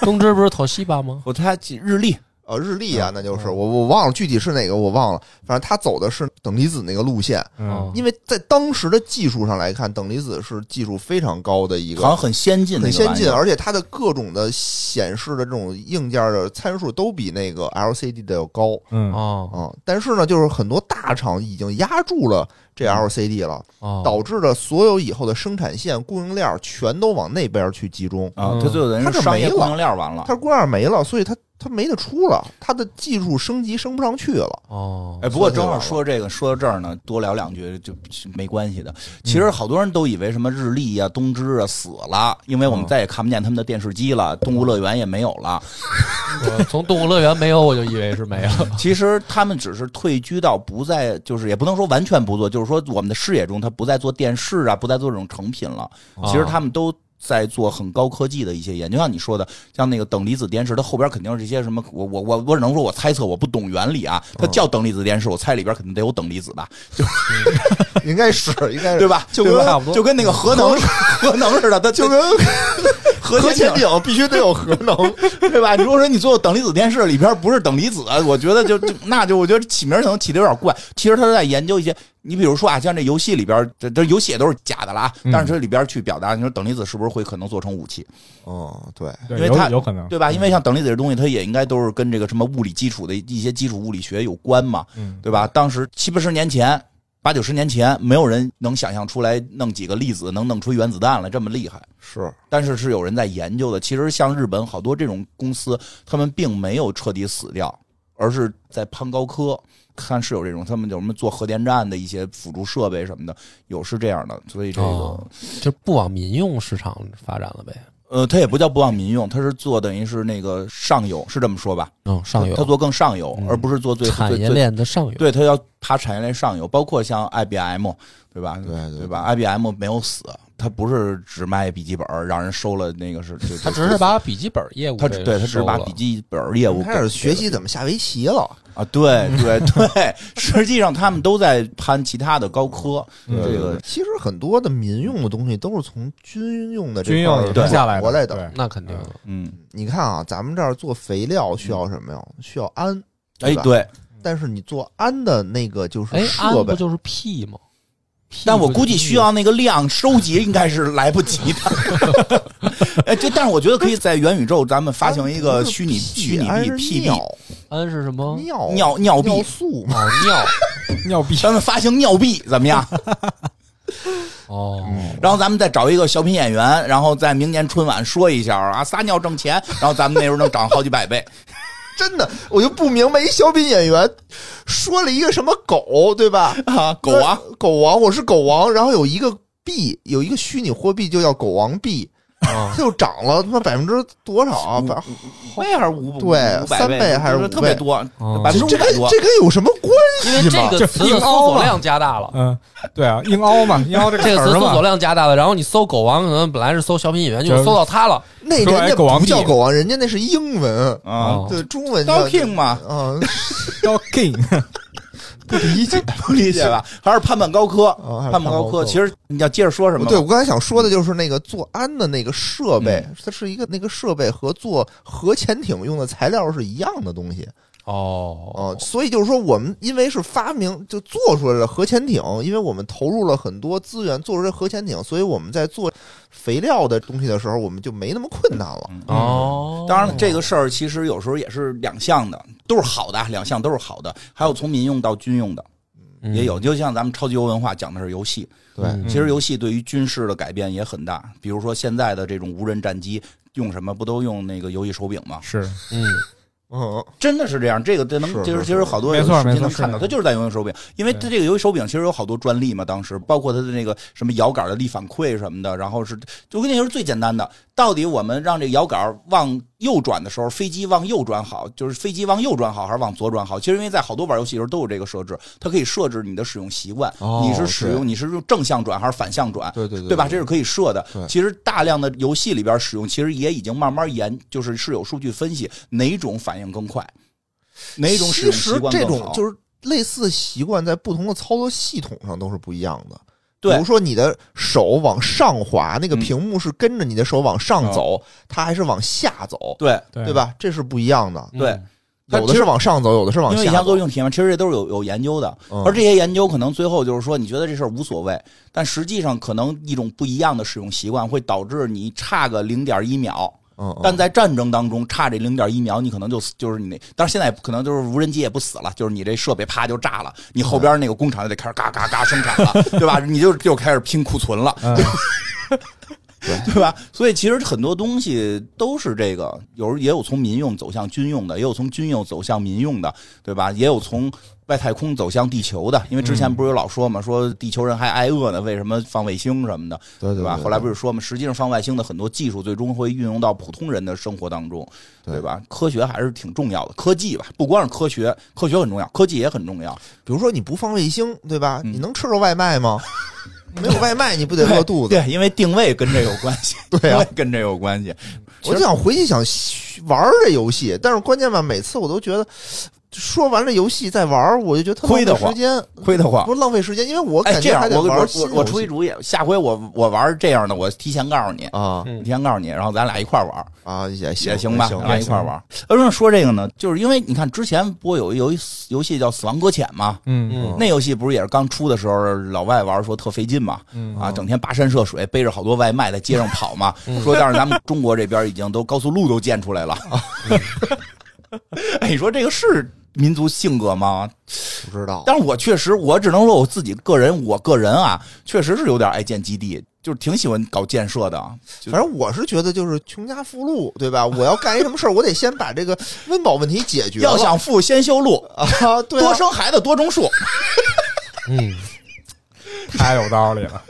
东芝不是投西巴吗？
我他日历
呃，日立啊，那
嗯
就是我我忘了具体是哪个，我忘了。反正他走的是等离子那个路线，
嗯，
因为在当时的技术上来看，等离子是技术非常高的一
好像
个。
很先进的
很
一个玩意儿，
先进，而且它的各种的显示的这种硬件的参数都比那个 LCD 的要高。
嗯，
哦
啊、但是呢，就是很多大厂已经压住了这 LCD 了，
哦，
导致了所有以后的生产线、供应链儿全都往那边儿去集中，
啊，
嗯
它就等于
它
是
这
商业
没了
供应链完了。
它供应链儿没了，所以它它没得出了，它的技术升级升不上去了。
哦，
哎，不过
说起来
正好
了
说这个，说到这儿呢，多聊两句就是没关系的。其实好多人都以为什么日立啊、东芝啊死了，因为
嗯
我们再也看不见他们的电视机了，动物乐园也没有了。
我从动物乐园没有，我就以为是没 了。
其实他们只是退居到不再，就是也不能说完全不做，就是说我们的视野中，他不再做电视啊，不再做这种成品了。其实他们都在做很高科技的一些研究，就像你说的，像那个等离子电池，它后边肯定是一些什么，我我我我只能说我猜测，我不懂原理啊。它叫等离子电池，我猜里边肯定得有等离子吧，
应该是，应该是
对？吧？哎就跟
对吧差不多
就跟那个核能核能似的，它
就跟
核
核潜
潜艇
艇必须得有核能，
对吧？如果说你做等离子电视里边不是等离子，啊我觉得就就那就我觉得起名可能起的有点怪。其实他是在研究一些，你比如说啊，像这游戏里边，这这游戏也都是假的了啊，但是这里边去表达，你说等离子是不是会可能做成武器？
嗯，对，
对，
因为
有
它
有可能，
对吧？因为像等离子这东西，它也应该都是跟这个什么物理基础的一些基础物理学有关嘛，
嗯，
对吧？当时七八十年前、八九十年前，没有人能想象出来弄几个粒子能弄出原子弹来这么厉害。
是
但是是有人在研究的。其实像日本好多这种公司，他们并没有彻底死掉，而是在攀高科。看是有这种，他们有什么做核电站的一些辅助设备什么的，有是这样的。所以这个、
哦就不往民用市场发展了呗？
呃，它也不叫不忘民用，它是做等于是那个上游，是这么说吧？
嗯，上
它
游
做更上游，
嗯
而不是做最
产
最
业
最
链的上游，
对，它要爬产业链上游，包括像 IBM，对吧？
对对
对吧？IBM 没有死，它不是只卖笔记本，让人收了那个是，就
他
就
只是
就
把笔记本业务
它
给
只对它只是
收
把
了
笔记本业务
开始
给
学习怎么下围棋了，
啊，对对 对，实际上他们都在攀其他的高科，
嗯
这
对
个
其实很多的民用的东西都是从军用的这
军用
块儿
也是下来
过来的。
的，
那肯定的，
嗯，
你看啊，咱们这儿做肥料需要什么呀？需要氨，
哎
对吧
对，
但是你做氨的那个就是
哎，
设
安
备
不，就是 P 吗？P
但
不
我
就
估计
是
需要那个量收集应该是来不及的。 哎，就但是我觉得可以在元宇宙咱们发行一个虚拟虚拟
氨
币
哎是
P 币
尿
安是什么？
尿
嗯尿尿币
尿素嘛，
哦，尿
尿币
咱们发行尿币怎么样？
哦，
然后咱们再找一个小品演员，然后在明年春晚说一下啊，撒尿挣钱，然后咱们那时候能涨好几百倍。
真的，我就不明白，一小品演员说了一个什么狗，对吧？
啊，狗王，
那，狗王，我是狗王，然后有一个币，有一个虚拟货币就叫狗王币，
哦
它就涨了他妈百分之多少
嗯
啊？百
倍还是五
对
五百
三倍还是
就是
五
特别
倍
多，
哦
百分之五
这
百
跟
多。
这跟有什么关系
因
吗？
为这个
就
词的
硬
搜
凹
索
了
量加 大了。
嗯，对啊，硬凹嘛，硬凹这个
这个词
词儿
搜索
嘛，
量加大了，然后你搜狗王，可能本来是搜小品演员，就
就是
搜到他了。
那
说哎
人家
狗王
不
币
叫狗王，人家那是英文，
啊
哦
对中文叫
，Stalking 嘛，
啊，
叫 king，
不理解。
不理解吧？还是攀攀高科，
哦还是
攀攀
攀
高
高
科。
科
其实你要接着说什么吧？
对，我刚才想说的就是那个做氨的那个设备，它是一个那个设备和做核潜艇用的材料是一样的东西。哦
哦，
所以就是说，我们因为是发明就做出来了核潜艇，因为我们投入了很多资源做出这核潜艇，所以我们在做肥料的东西的时候，我们就没那么困难了。
哦，
嗯当然了，这个事儿其实有时候也是两项的，都是好的，啊两项都是好的。还有从民用到军用的
嗯
也有，就像咱们超级游文化讲的是游戏，
对
嗯
其实游戏对于军事的改变也很大。比如说现在的这种无人战机用什么，不都用那个游戏手柄吗？
是
嗯，
嗯，
真的是这样，这个这能
是
其实
是
其实好多
没
有
错
视频
没错
能
是
看到，它
的
就是在用游戏手柄，因为
对
它这个游戏手柄其实有好多专利嘛，当时包括它的那个什么摇杆的力反馈什么的，然后是就跟那时候最简单的，到底我们让这个摇杆往右转的时候，飞机往右转好，就是飞机往右转好还是往左转好？其实因为在好多玩游戏的时候都有这个设置，它可以设置你的使用习惯，
哦
你是使用你是用正向转还是反向转，
对对对
对吧？这是可以设的
对。
其实大量的游戏里边使用，其实也已经慢慢研，就是是有数据分析哪种反应更快，哪种使
其
用
实
习惯
这
更
种
好。
就是类似的习惯，在不同的操作系统上都是不一样的。
对
比如说你的手往上滑，那个
嗯
屏幕是跟着你的手往上走，它还是往下走，
对，
对
对？吧？这是不一样的。
嗯
对它
有的
其
是
实
往上走，有的是往
因为
下
像作
走。
用体验，其实这都是有有研究的。
嗯
而这些研究可能最后就是说，你觉得这事儿无所谓，但实际上可能一种不一样的使用习惯会导致你差个零点一秒。
嗯，嗯
但在战争当中差这零点一秒，你可能就死就是你那，当然现在也不可能就是无人机也不死了，就是你这设备啪就炸了，你后边那个工厂就得开始嘎嘎嘎生产 了，对吧？你就就开始拼库存了，
嗯
对吧？所以其实很多东西都是这个，有时候也有从民用走向军用的，也有从军用走向民用的，对吧？也有从外太空走向地球的，因为之
嗯
前不是有老说嘛，说地球人还挨饿呢，为什么放卫星什么的，
对
对
对
吧？后来不
是
是说嘛，实际上放外星的很多技术最终会运用到普通人的生活当中，
对
对吧？科学还是挺重要的，科技吧，不光是科学，科学很重要，科技也很重要。
比如说你不放卫星，对吧？
嗯
你能吃着外卖 吗？没有外卖，你不得饿肚子？
对，因为定位跟这有关系，
对
定
啊
位跟这有关系。
我就想回去想玩儿这游戏，但是关键吧，每次我都觉得说完了游戏再玩儿，我就觉得特
亏得
浪费时间，
亏得慌
不是浪费时间，因为我
啊哎，
感
这
觉
样
还得
我
玩
我
儿新
我
游戏
我出一主意，下回我我玩这样的，我提前告诉你，
啊
嗯
提前告诉你，然后咱俩一块儿玩。
啊也行
也行吧，咱俩一块儿玩。呃，为什么说这个呢？就是因为你看之前不有一游戏游戏叫《死亡搁浅》嘛，
嗯
嗯
那游戏不是也是刚出的时候，老外玩说特费劲嘛，
嗯
啊，整天跋山涉水，背着好多外卖在街上跑嘛。说但是咱们中国这边已经都高速路都建出来了。 哎，你说这个是民族性格吗？
不知道。
但是我确实，我只能说我自己个人，我个人啊，确实是有点爱建基地，就是挺喜欢搞建设的。就
反正我是觉得就是穷家富路，对吧？我要干一什么事儿，我得先把这个温饱问题解决了。
要想富，先修路，
啊，对啊
多生孩子，多种树。
嗯，
太有道理了，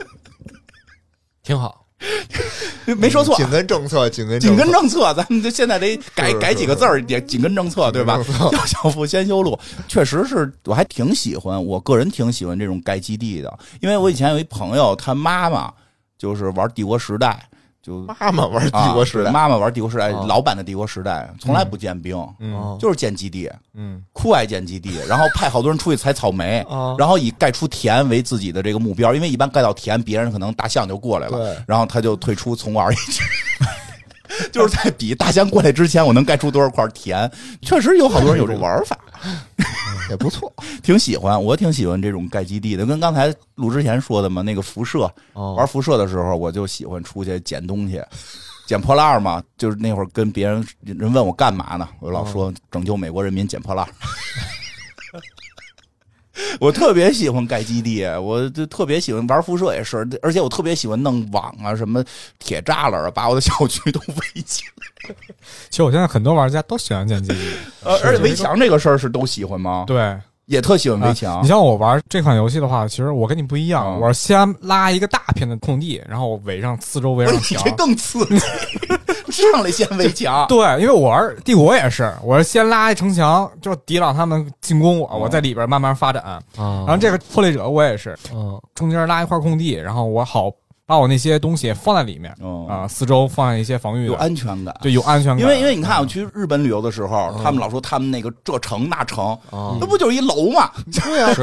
挺好。
没说错，啊
紧跟政策，紧跟
紧跟
政
政策，咱们就现在得改
是
改几个字儿，也紧跟政策，对吧
紧跟政？策
要小富先修路，确实是我还挺喜欢，我个人挺喜欢这种盖基地的，因为我以前有一朋友，他妈妈就是玩帝国时代，就
策妈妈玩帝国时
啊
代，
妈妈玩帝国时代，
啊
老版的帝国时代，从来不建兵，
嗯
哦
就是建基地，
嗯，
酷爱建基地，然后派好多人出去采草莓，
啊
然后以盖出田为自己的这个目标，因为一般盖到田，别人可能大象就过来了
对，
然后他就退出，从我而已去。 就是在比大象过来之前，我能盖出多少块田？确实有好多人有这个玩法，
也不错。
挺喜欢，我挺喜欢这种盖基地的。跟刚才录之前说的嘛，那个辐射，玩
哦
玩
辐射的时候，我就喜欢出去捡东西，捡破烂儿嘛。就是那会儿跟别人人问我干嘛呢，我老
哦
说拯救美国人民捡破烂儿。 我特别喜欢盖基地，我就特别喜欢玩辐射也是，而且我特别喜欢弄网啊，什么铁栅栏啊，把我的小区都围起来。
其实我现在很多玩家都喜欢建基地，
呃，而且围墙这个事儿是都喜欢吗？
对，
也特喜欢围
啊
墙
你。像我玩这款游戏的话，其实我跟你不一样，
嗯
我是先拉一个大片的空地，然后我围上四周围
哎
上
你
墙
这。更刺激，上来先围墙。
对，因为我玩帝国也是，我是先拉一城墙，就抵挡他们进攻我，
嗯
我在里边慢慢发展。
啊
然后这个破裂者我也是
嗯
中间拉一块空地，然后我好把我那些东西放在里面
嗯
啊，四周放一些防御
有
的，
安全感。
对，有安全感。
因为因为你看，我啊去日本旅游的时候，他们老说他们那个这城那城，
啊
那不就是一楼嘛？
对啊，这是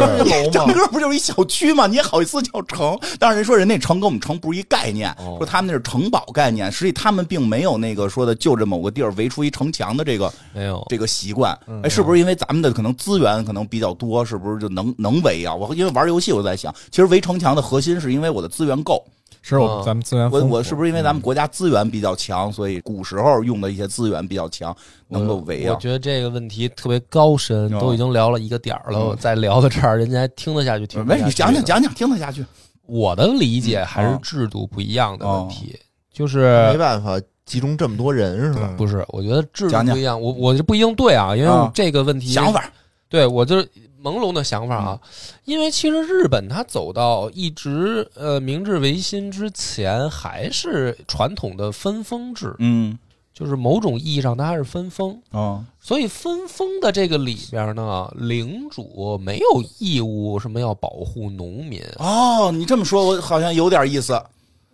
楼
整
吗？
个不就是一小区嘛？你也好意思叫城？但是人说人那城跟我们城不是一概念，
哦
说他们那是城堡概念，实际他们并没有那个说的就着某个地儿围出一城墙的这个
没有
这个习惯。哎，是不是因为咱们的可能资源可能比较多，是不是就能能围啊？我因为玩游戏，我在想，其实围城墙的核心是因为我的资源够，
是我
嗯
咱们资源
我
丰富
我是不是因为咱们国家资源比较强，所以古时候用的一些资源比较强，能够围
我
啊？
觉得这个问题特别高深，
哦
都已经聊了一个点儿了，
嗯
我再聊到这儿，人家还听得下去，听不
没
下去。
事，你讲讲，讲讲，听得下去。
我的理解还
嗯
是
哦
制度不一样的问题，就
没
呃
是
办法，集中这么多人是吧？
嗯
不是？我觉得制度
讲讲
不一样，我我就不一定对啊，因为
啊
这个问题
想法，
对我就是朦胧的想法啊，因为其实日本它走到一直呃明治维新之前，还是传统的分封制，
嗯，
就是某种意义上它还是分封。
哦，
所以分封的这个里边呢，领主没有义务什么要保护农民，
哦，你这么说，我好像有点意思。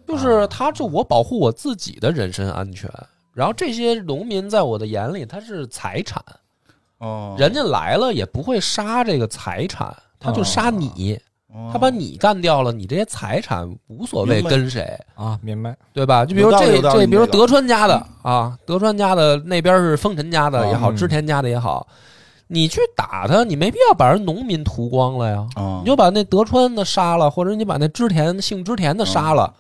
就是他就我保护我自己的人身安全。然后这些农民在我的眼里，他是财产，
哦，
人家来了也不会杀这个财产，他就杀你，
哦
他把你干掉了，你这些财产无所谓
明白
跟谁，
啊，明白？
对吧？就比如
有
说
道理
这
有道理
这，
你
比如说
这个
德川家的啊，德川家的那边是丰臣家的也好，
嗯
织田家的也好，你去打他，你没必要把人农民屠光了呀，
哦
你，就把那德川的杀了，或者你把那织田姓织田的杀了，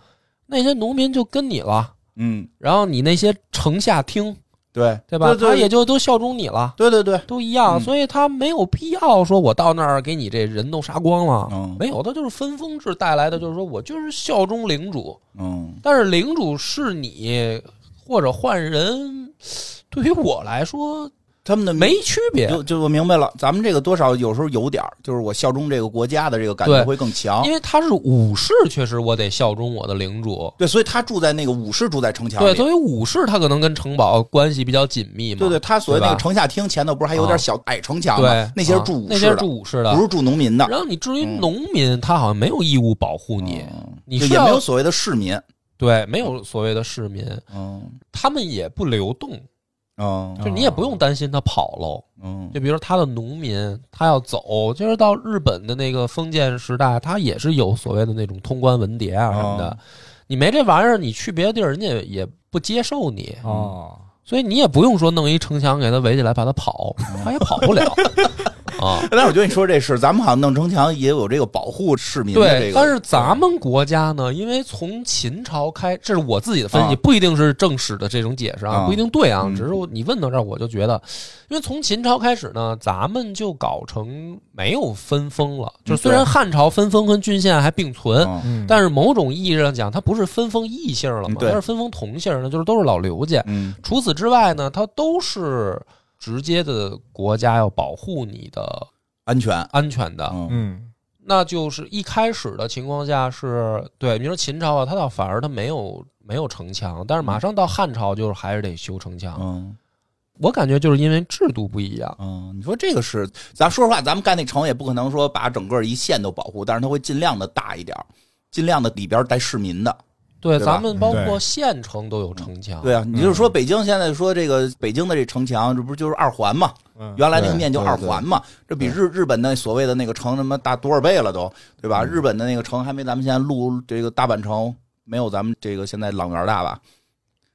那些农民就跟你了，
嗯，
然后你那些城下町，
对，
对吧？
对
他也
对
就都效忠你了。
对对对，
都一样，
嗯
所以他没有必要说我到那儿给你这人都杀光了，
嗯
哦没有，他就是分封制带来的，就是说我就是效忠领主，
嗯，
但是领主是你或者换人，对于我来说
他们的
没区别，
就就我明白了，咱们这个多少有时候有点儿，就是我效忠这个国家的这个感觉
对
会更强
因。为他是武士，确实我得效忠我的领主。
对，所以他住在那个武士住在城墙
对，
里。
作为武士，他可能跟城堡关系比较紧密嘛。
对对，他所谓
对吧哦
那个城下町前头不是还有点小矮城墙
对
吗？那些是
啊
住武
那些
士
是
的
住，武士
不
的。
是住农民的。
然后你至于
嗯
农民，他好像没有义务保护你，
嗯
你
就是也没
要
有所谓的市民。
对，没有所谓的市民，
嗯
他们也不流动，
嗯
就你也不用担心他跑喽。
嗯
就比如说他的农民，他要走，就是到日本的那个封建时代，他也是有所谓的那种通关文牒啊什么的
哦。
你没这玩意儿，你去别的地儿，人家也也不接受你，
哦，
所以你也不用说弄一城墙给他围起来，怕他跑，他也跑不了啊。
但是我觉得你说这事，咱们好像弄城墙也有这个保护市民的这
对，
个。嗯
但是咱们国家呢，因为从秦朝开，这是我自己的分析，
啊
不一定是正史的这种解释啊，
啊
不一定对啊，
嗯
只是我你问到这儿，我就觉得，因为从秦朝开始呢，咱们就搞成没有分封了，就是虽然
嗯对
汉朝分封跟郡县还并存。
嗯
嗯，
但是某种意义上讲，它不是分封异姓了嘛
嗯，对
它是分封同姓了，就是都是老刘家。
嗯
除此之外呢，它都是直接的国家要保护你的
安全。
啊安全的。
嗯
嗯，
那就是一开始的情况下是对，你说秦朝啊，它倒反而它没有没有城墙，但是马上到汉朝就是还是得修城墙。
嗯
我感觉就是因为制度不一样，
嗯，你说这个是，咱说实话，咱们干那城也不可能说把整个一县都保护，但是它会尽量的大一点儿，尽量的里边儿带市民的。
对，
对吧
咱们包
嗯
括
对
县城都有城墙，
对啊，你就是说
嗯
北京现在说这个北京的这城墙，这不就是二环嘛？
嗯
原来那个面
对
叫
对
二环嘛，这比日日本的所谓的那个城他妈大多少倍了都，对
嗯
吧？日本的那个城还没咱们现在路这个大阪城没有咱们这个现在朗园大吧？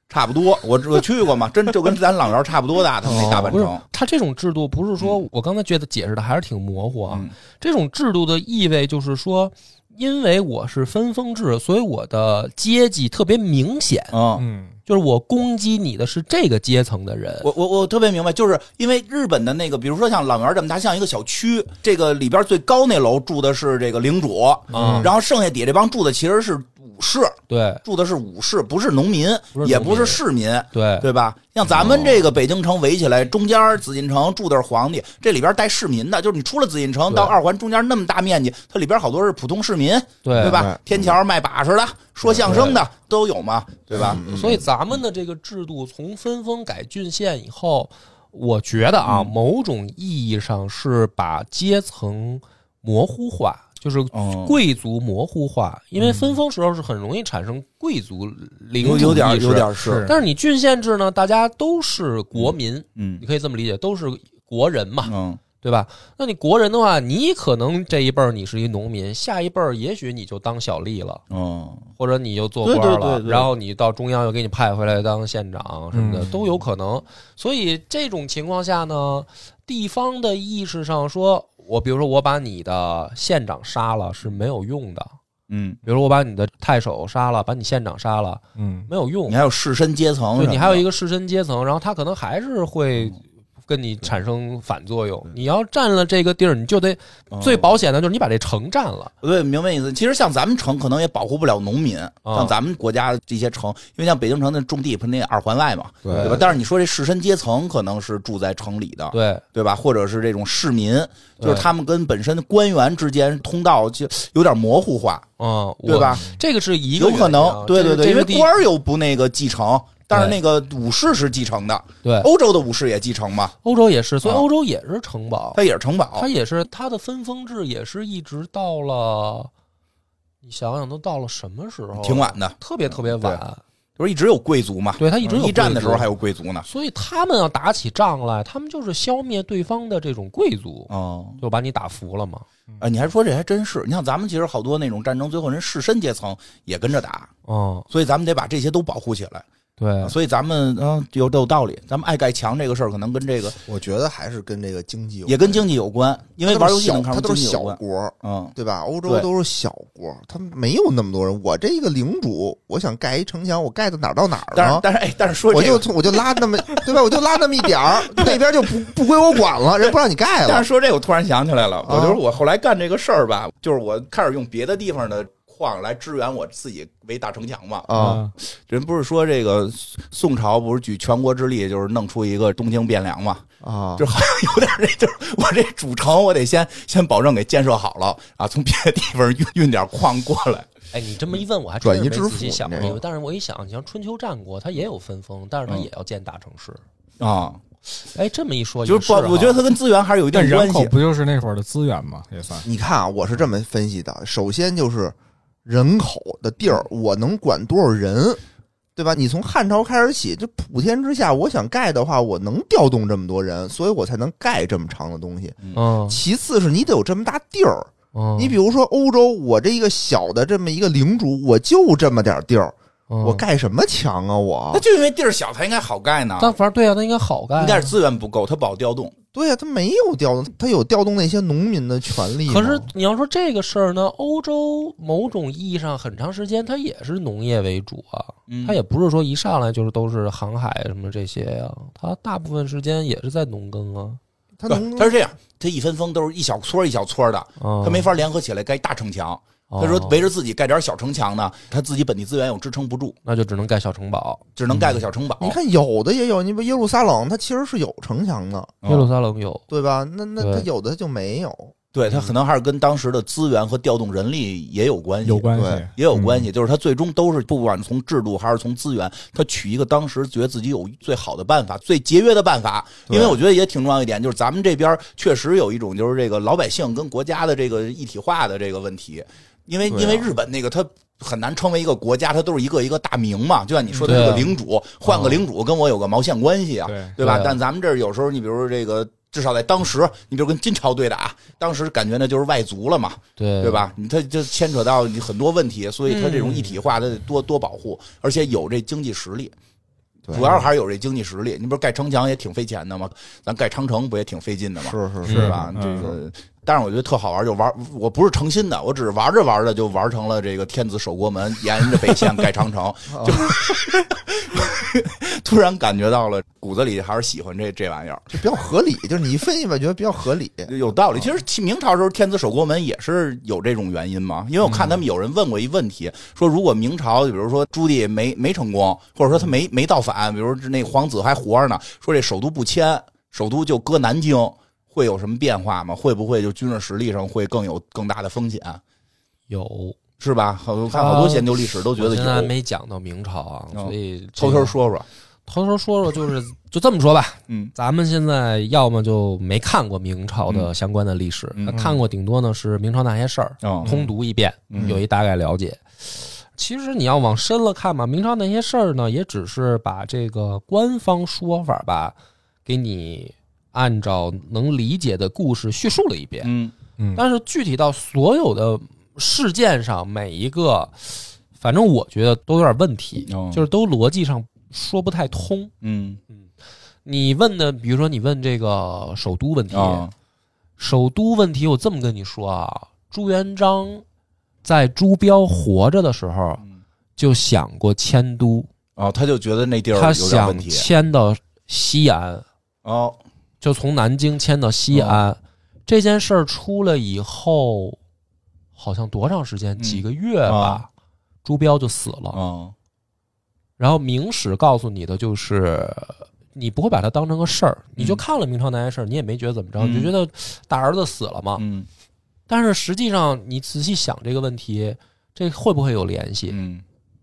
差不多，我我去过嘛，真就跟咱朗园差不多大，他们那大
哦
阪
不是
城。
它这种制度不是说我刚才觉得解释的还是挺模糊啊，
嗯
这种制度的意味就是说，因为我是分封制，所以我的阶级特别明显，
嗯，
嗯，
就是我攻击你的是这个阶层的人。
我我我特别明白，就是因为日本的那个，比如说像朗园这么大，像一个小区，这个里边最高那楼住的是这个领主，
嗯
然后剩下底下这帮住的其实是武士，
对
住的是武士，不是农民，
不是农民
也不是市民，
对
对吧？像咱们这个北京城围起来，中间紫禁城住的是皇帝，这里边带市民的，就是你出了紫禁城
对
到二环中间那么大面积，它里边好多是普通市民，
对
对吧
对？
天桥卖把式的、说相声的都有嘛，对吧？
所以咱们的这个制度从分封改郡县以后，我觉得
嗯
啊，某种意义上是把阶层模糊化，就是
嗯
贵族模糊化，因为分封时候是很容易产生贵族领主
有有点
意识
有。点是，
是
但是你郡县制呢，大家都是国民，
嗯
你可以这么理解，都是国人嘛，
嗯，
对吧？那你国人的话，你可能这一辈儿你是一农民，下一辈儿也许你就当小吏了。
嗯，
或者你又做官了，
对对对对
然后你到中央又给你派回来当县长什么的、
嗯
都有可能。所以这种情况下呢，地方的意识上说，我比如说我把你的县长杀了是没有用的，
嗯，
比如说我把你的太守杀了，把你县长杀了
嗯
没有用
你，还有士绅阶层什
哦
么
对
的，
你还有一个士绅阶层，然后他可能还是会。
嗯
跟你产生反作用，你要占了这个地儿，你就得
嗯
最保险的就是你把这城占了。
对，明白意思。其实像咱们城可能也保护不了农民，
啊
像咱们国家这些城，因为像北京城的种地不是那二环外嘛，
对
吧？但是你说这士绅阶层可能是住在城里的，
对，
对吧？或者是这种市民，
对
就是他们跟本身的官员之间通道就有点模糊化，
嗯，
对
我？
吧？
这个是一个
有
原
可
因啊
能，对
这
对
是这
对，因为
是第一
官儿又不那个继承，但是
对
那个武士是继承的，
对
欧洲的武士也继承嘛，
欧洲也是，所以
啊
欧洲也是城堡，
它也是城堡
它，也是它的分封制，也是一直到了，你想想都到了什么时候？啊
挺，晚的，
特别特别晚。
就是一直有贵族嘛。
对，它一直有
嗯一战
贵
的时
族
候还。有贵族呢，
所以他们要打起仗来，他们就是消灭对方的这种贵族，
哦。
就把你打服了嘛。
啊，你还说这还真是，你像咱们其实好多那种战争，最后人士绅阶层也跟着打，
嗯，
所以咱们得把这些都保护起来。
对，
嗯
所以咱们啊，有都有道理，咱们爱盖墙这个事儿，可能跟这个
我觉得还是跟这个经济有关，
也跟经济有关，因为
它都
玩
是
游戏
小
能看
它
出
都
经
是
济
小
有关。
国，
嗯，
对吧？欧洲
对
都是小国，它没有那么多人。我这一个领主，我想盖一城墙，我盖到哪儿到哪儿
但是
呢？
但是哎，但是说
我
这
就
个，
从我就拉那么对吧？我就拉那么一 点儿，那边就不不归我管了，人不让你盖
但
了
是。说这个，我突然想起来了，我
啊
就是我后来干这个事儿吧，就是我开始用别的地方的矿来支援我自己围大城墙嘛。
啊，
嗯
人不是说这个宋朝不是举全国之力，就是弄出一个东京汴梁嘛？
啊，
就好像有点那就是 我这主城，我得先先保证给建设好了啊，从别的地方运运点矿过来。
哎，你这么一问，我还真
转移
是
支
没
付
仔细想
你
过
这
这
个
个。但是我一想，你像春秋战国，它也有分封，但是它
嗯
也要建大城市。
啊，
哎，这么一说，
就是是保，
哈
我觉得它跟资源还是有一
但
定
人
关
口
系。
不就是那会儿的资源嘛，也算。
你看啊，我是这么分析的：首先就是人口的地儿，
嗯
我能管多少人，对吧？你从汉朝开始起，这普天之下，我想盖的话，我能调动这么多人，所以我才能盖这么长的东西。
嗯，
其次是你得有这么大地儿，
嗯，
你比如说欧洲，我这一个小的这么一个领主，我就这么点儿地儿，我
我
盖什么墙啊？
嗯那
我
就因为地儿小，它应该好盖呢。
但反正对啊，那应该好干啊。
应该是资源不够，它不好调动。
对呀、他没有调动，他有调动那些农民的权利吗。
可是你要说这个事儿呢，欧洲某种意义上很长时间它也是农业为主啊，
嗯
它也不是说一上来就是都是航海什么这些呀、它大部分时间也是在农耕啊。
他
对
农，
它是这样，它一分封都是一小撮儿一小撮儿的，
啊
它没，法联合起来盖大城墙。
他
他说围着自己盖点小城墙呢，他自己本地资源又支撑不住，
那就只能盖小城堡。
只能盖个小城堡。
你看有的也有，你比如耶路撒冷，它其实是有城墙的，
哦
嗯
耶路撒冷有，
对吧？那那
对
它有的就没有，
对他可能还是跟当时的资源和调动人力也有关系，
有关系
对。
也有关系，就是他最终都是不管从制度还是从资源，他取一个当时觉得自己有最好的办法、最节约的办法。因为我觉得也挺重要一点，就是咱们这边确实有一种就是这个老百姓跟国家的这个一体化的这个问题，因为、
对啊
因为日本那个它很难称为一个国家，它都是一个一个大名嘛，就像你说的
对啊
这个领主，换个领主跟我有个毛线关系啊，
对
对吧？
对
但咱们这儿有时候你比如说这个。至少在当时，你比如跟金朝对打，当时感觉那就是外族了嘛，
对
对？
嗯
吧？你它就牵扯到你很多问题，所以它这种一体化，它得多多保护，而且有这经济实力。
对
主要还是有这经济实力。你不是盖城墙也挺费钱的吗？咱盖长城不也挺费劲的吗？
是是
是
是吧？
嗯
这个，但是我觉得特好玩，就玩。我不是诚心的，我只是玩着玩着就玩成了这个天子守国门，沿着北线盖长 城，就 突然感觉到了骨子里还是喜欢这这玩意儿。
就比较合理，就是你一分析吧，觉得比较合理。
有道
嗯
理。其实清明朝时候天子守国门也是有这种原因嘛，因为我
嗯
看他们有人问过一问题，说如果明朝比如说朱棣没没成功，或者说他没没造反，比如说那皇子还活着呢，说这首都不迁，首都就搁南京，会有什么变化吗？会不会就军事实力上会更有更大的风险？
有，
是吧？好，我看好多
啊
研究历史都觉
我
得
现在还
有。
没讲到明朝啊，
哦
所以这
偷
个
偷说说，
偷偷说说，就是 就这么说吧，
嗯，
咱们现在要么就没看过明朝的相关的历史，
嗯嗯
看过顶多呢是明朝那些事儿，
哦
通读一遍，
嗯
有一大概了解。其实你要往深了看嘛，明朝那些事儿呢，也只是把这个官方说法吧，给你按照能理解的故事叙述了一遍。
嗯
嗯
但是具体到所有的事件上，每一个，反正我觉得都有点问题，
哦
就是都逻辑上说不太通。
嗯
你问的，比如说你问这个首都问题，
啊
首都问题，我这么跟你说啊，朱元璋在朱标活着的时候
嗯
就想过迁都，
哦，他就觉得那地儿
他
有点问
想
题
迁到西安，
哦，
就从南京迁到西安。这件事儿出了以后，好像多长时间？
嗯啊
几个月吧，朱标就死了。
哦
然后明史告诉你的就是，你不会把它当成个事儿，你就看了明朝那些事儿，你也没觉得怎么着，
嗯
你就觉得大儿子死了嘛。
嗯
但是实际上，你仔细想这个问题，这会不会有联系？
嗯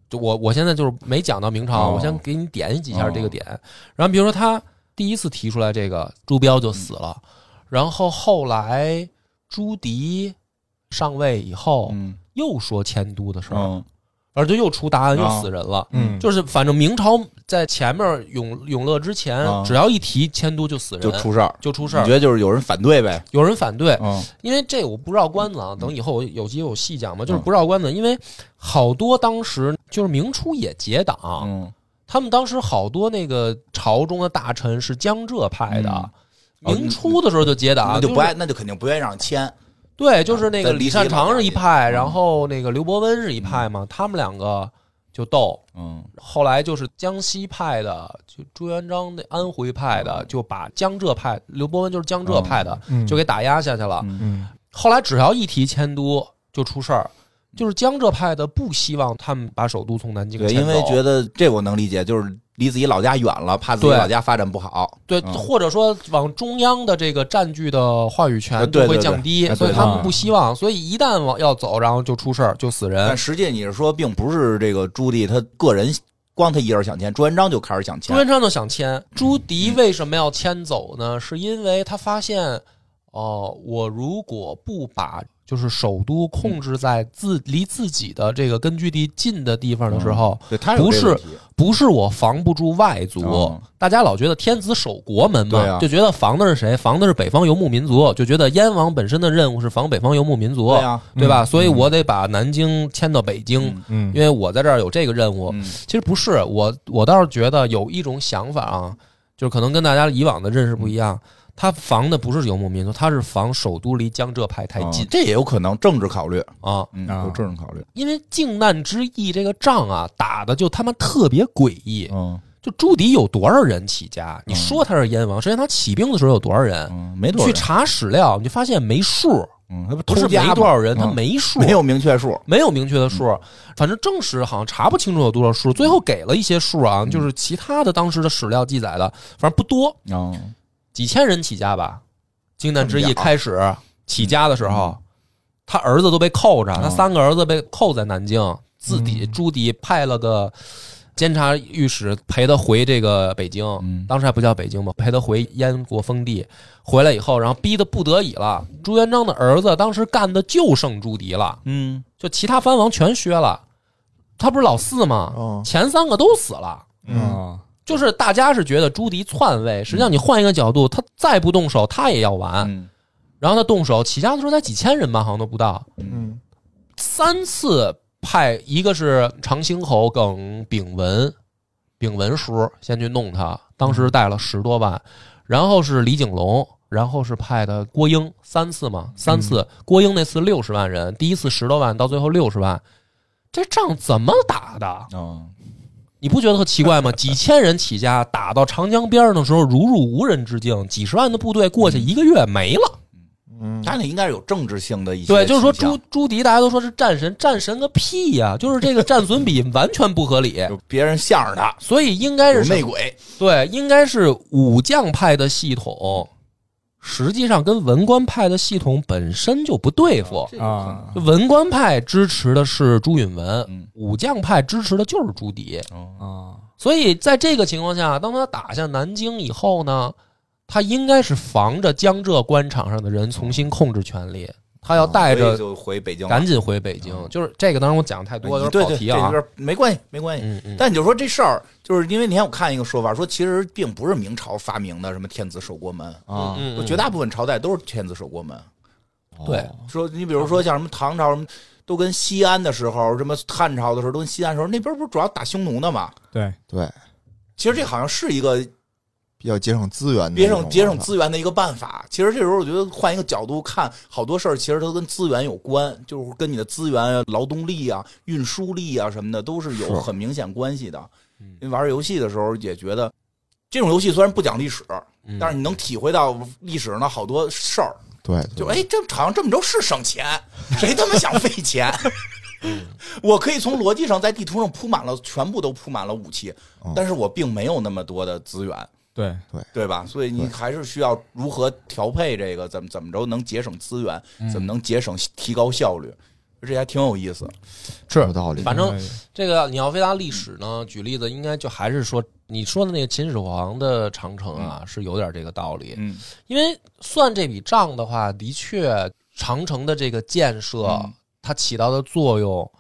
就我我现在就是没讲到明朝，
哦
我先给你点几下这个点。然后比如说他第一次提出来这个朱标就死了，
嗯
然后后来朱棣上位以后、
嗯
又说迁都的事儿，
嗯
而就又出答案，
哦
又死人了。
嗯，
就是反正明朝在前面永永乐之前，
啊
只要一提迁都就死人，
就出事儿。
就出事
你
儿
觉。得就是有人反对呗？
有人反对，
嗯
因为这我不绕关子啊，等以后我有机会我细讲嘛，就是
嗯
不绕关子，因为好多当时就是明初也结党，
嗯，
他们当时好多那个朝中的大臣是江浙派的。
嗯
明初的时候啊就结党，
啊那就不爱，
是
那就肯定不愿意让迁。
对，就是那个
在
李善长是一
嗯
派，然后那个刘伯温是一派嘛，他们两个就斗。
嗯
后来就是江西派的，就朱元璋那安徽派的，
嗯
就把江浙派刘伯温就是江
哦
浙派的，
嗯
就给打压下去了。
嗯
嗯
后来只要一提迁都，就出事儿。就是江浙派的不希望他们把首都从南京
对，
迁
因为
走
觉得这我能理解，就是离自己老家远了，怕自己
对
老家发展不好。
对，
嗯
或者说往中央的这个占据的话语
呃
权
对
就会
对对
降低，
哎
所以
对
他
啊
们不希望，所以一旦往要走，然后就出事儿，就死人
但。实际你是说，并不是这个朱棣他个人光他一人想迁，朱元璋就开始想
朱
迁。
元璋就想迁，
嗯
朱棣为什么要迁走呢？是因为他发现，哦、我如果不把就是首都控制在自离自己的这个根据地近的地方的时候，
对他有这个问题
不是我防不住外族，
哦
大家老觉得天子守国门嘛，
对啊
就觉得防的是谁？防的是北方游牧民族，就觉得燕王本身的任务是防北方游牧民族，
对啊呀，
对吧？
嗯
所以我得把南京迁到北京，
嗯
嗯
因为我在这儿有这个任务。
嗯
其实不是，我我倒是觉得有一种想法啊，就是可能跟大家以往的认识不一
嗯
样，他防的不是游牧民族，他是防首都离江浙派太近
啊这也有可能政治考虑，
啊
嗯，
啊
有政治考虑。
因为靖难之役这个仗啊，打的就他妈特别诡异。
嗯
就朱棣有多少人起家？你
嗯
说他是燕王，实际上他起兵的时候有多少人？
嗯，没
你
多少
去
人，
查史料，你就发现没数，
嗯，他不
不是
偷
没
家
多
吗？
少人，他
嗯
没数，嗯
没有明确数。
没有明确的数，反正正史好像查不清楚有多少数，最后给了一些数啊，就是其他的当时的史料记载的，反正不多，
嗯
几千人起家吧。靖难之
这么啊嗯
役
点儿
开始，起家的时候，他儿子都被扣
嗯
着，他三个儿子被扣在南京，自己朱棣派了个监察御史陪他回这个北京，
嗯
当时还不叫北京嘛，陪他回燕国封地。回来以后，然后逼得不得已了，朱元璋的儿子当时干的就剩朱棣了，
嗯
就其他藩王全削了，他不是老四吗？
哦
前三个都死了。
嗯，
嗯
就是大家是觉得朱棣篡位，实际上你换一个角度，他再不动手，他也要完。
嗯
然后他动手，起家的时候才几千人吧，好像都不到。
嗯
三次派，一个是长兴侯耿炳文，炳文叔先去弄他，当时带了十多万。然后是李景龙，然后是派的郭英，三次嘛，三次。郭英那次六十万人，第一次十多万，到最后六十万，这仗怎么打的？
哦，
你不觉得特奇 怪吗？几千人起家，打到长江边上的时候如入无人之境，几十万的部队过去一个月没了。
嗯，
他那应该是有政治性的一些
对，就是说
倾向
朱朱迪，大家都说是战神，战神个屁呀、 就是这个战损比完全不 合理，啊
就别人向着他，
所以应该
有
是什
内
么
鬼，
对，应该是武将派的系统，实际上跟文官派的系统本身就不对付。
啊，
文官派支持的是朱允
嗯
文，武将派支持的就是朱迪。
哦
啊，
所以在这个情况下，当他打下南京以后呢，他应该是防着江浙官场上的人重新控制权力，他要带
所
着
以就回北京了，啊嗯
赶紧回北京。就是这个，当然我讲的太多，有
对
点跑
对，这
题啊
有。点没关系，没关系。
嗯嗯，
但你就说这事儿，就是因为那天我看一个说法，说其实并不是明朝发明的什么天子守国门
嗯嗯
就绝大部分朝代都是天子守国门。
对，
说你比如说像什么唐朝什么，都跟西安的时候，什么汉朝的时候，都跟西安的时候，那边不是主要打匈奴呢嘛？
对，
对，
其实这好像是一个
比较节省资源的
节
一种玩
省
法，
节省资源的一个办法。其实这时候我觉得换一个角度看，好多事儿其实都跟资源有关，就是跟你的资源啊、劳动力啊、运输力啊什么的都是有
是
很明显关系的
嗯。
因为玩游戏的时候也觉得，这种游戏虽然不讲历史，
嗯
但是你能体会到历史上的好多事儿。
对，
就
对
哎，这好像这么着是省钱，谁他妈想费钱？ 我可以从逻辑上在地图上铺满了，全部都铺满了武器
嗯，
但是我并没有那么多的资源，
对，
对吧？所以你
对
还是需要如何调配这个，怎么怎么着能节省资源，怎么能节省提高效率，这还挺有意思。
有道理，
反正
嗯
这个你要非拿历史呢，举例子，应该就还是说你说的那个秦始皇的长城啊，是有点这个道理。
嗯
因为算这笔账的话，的确长城的这个建设，
嗯
它起到的作用，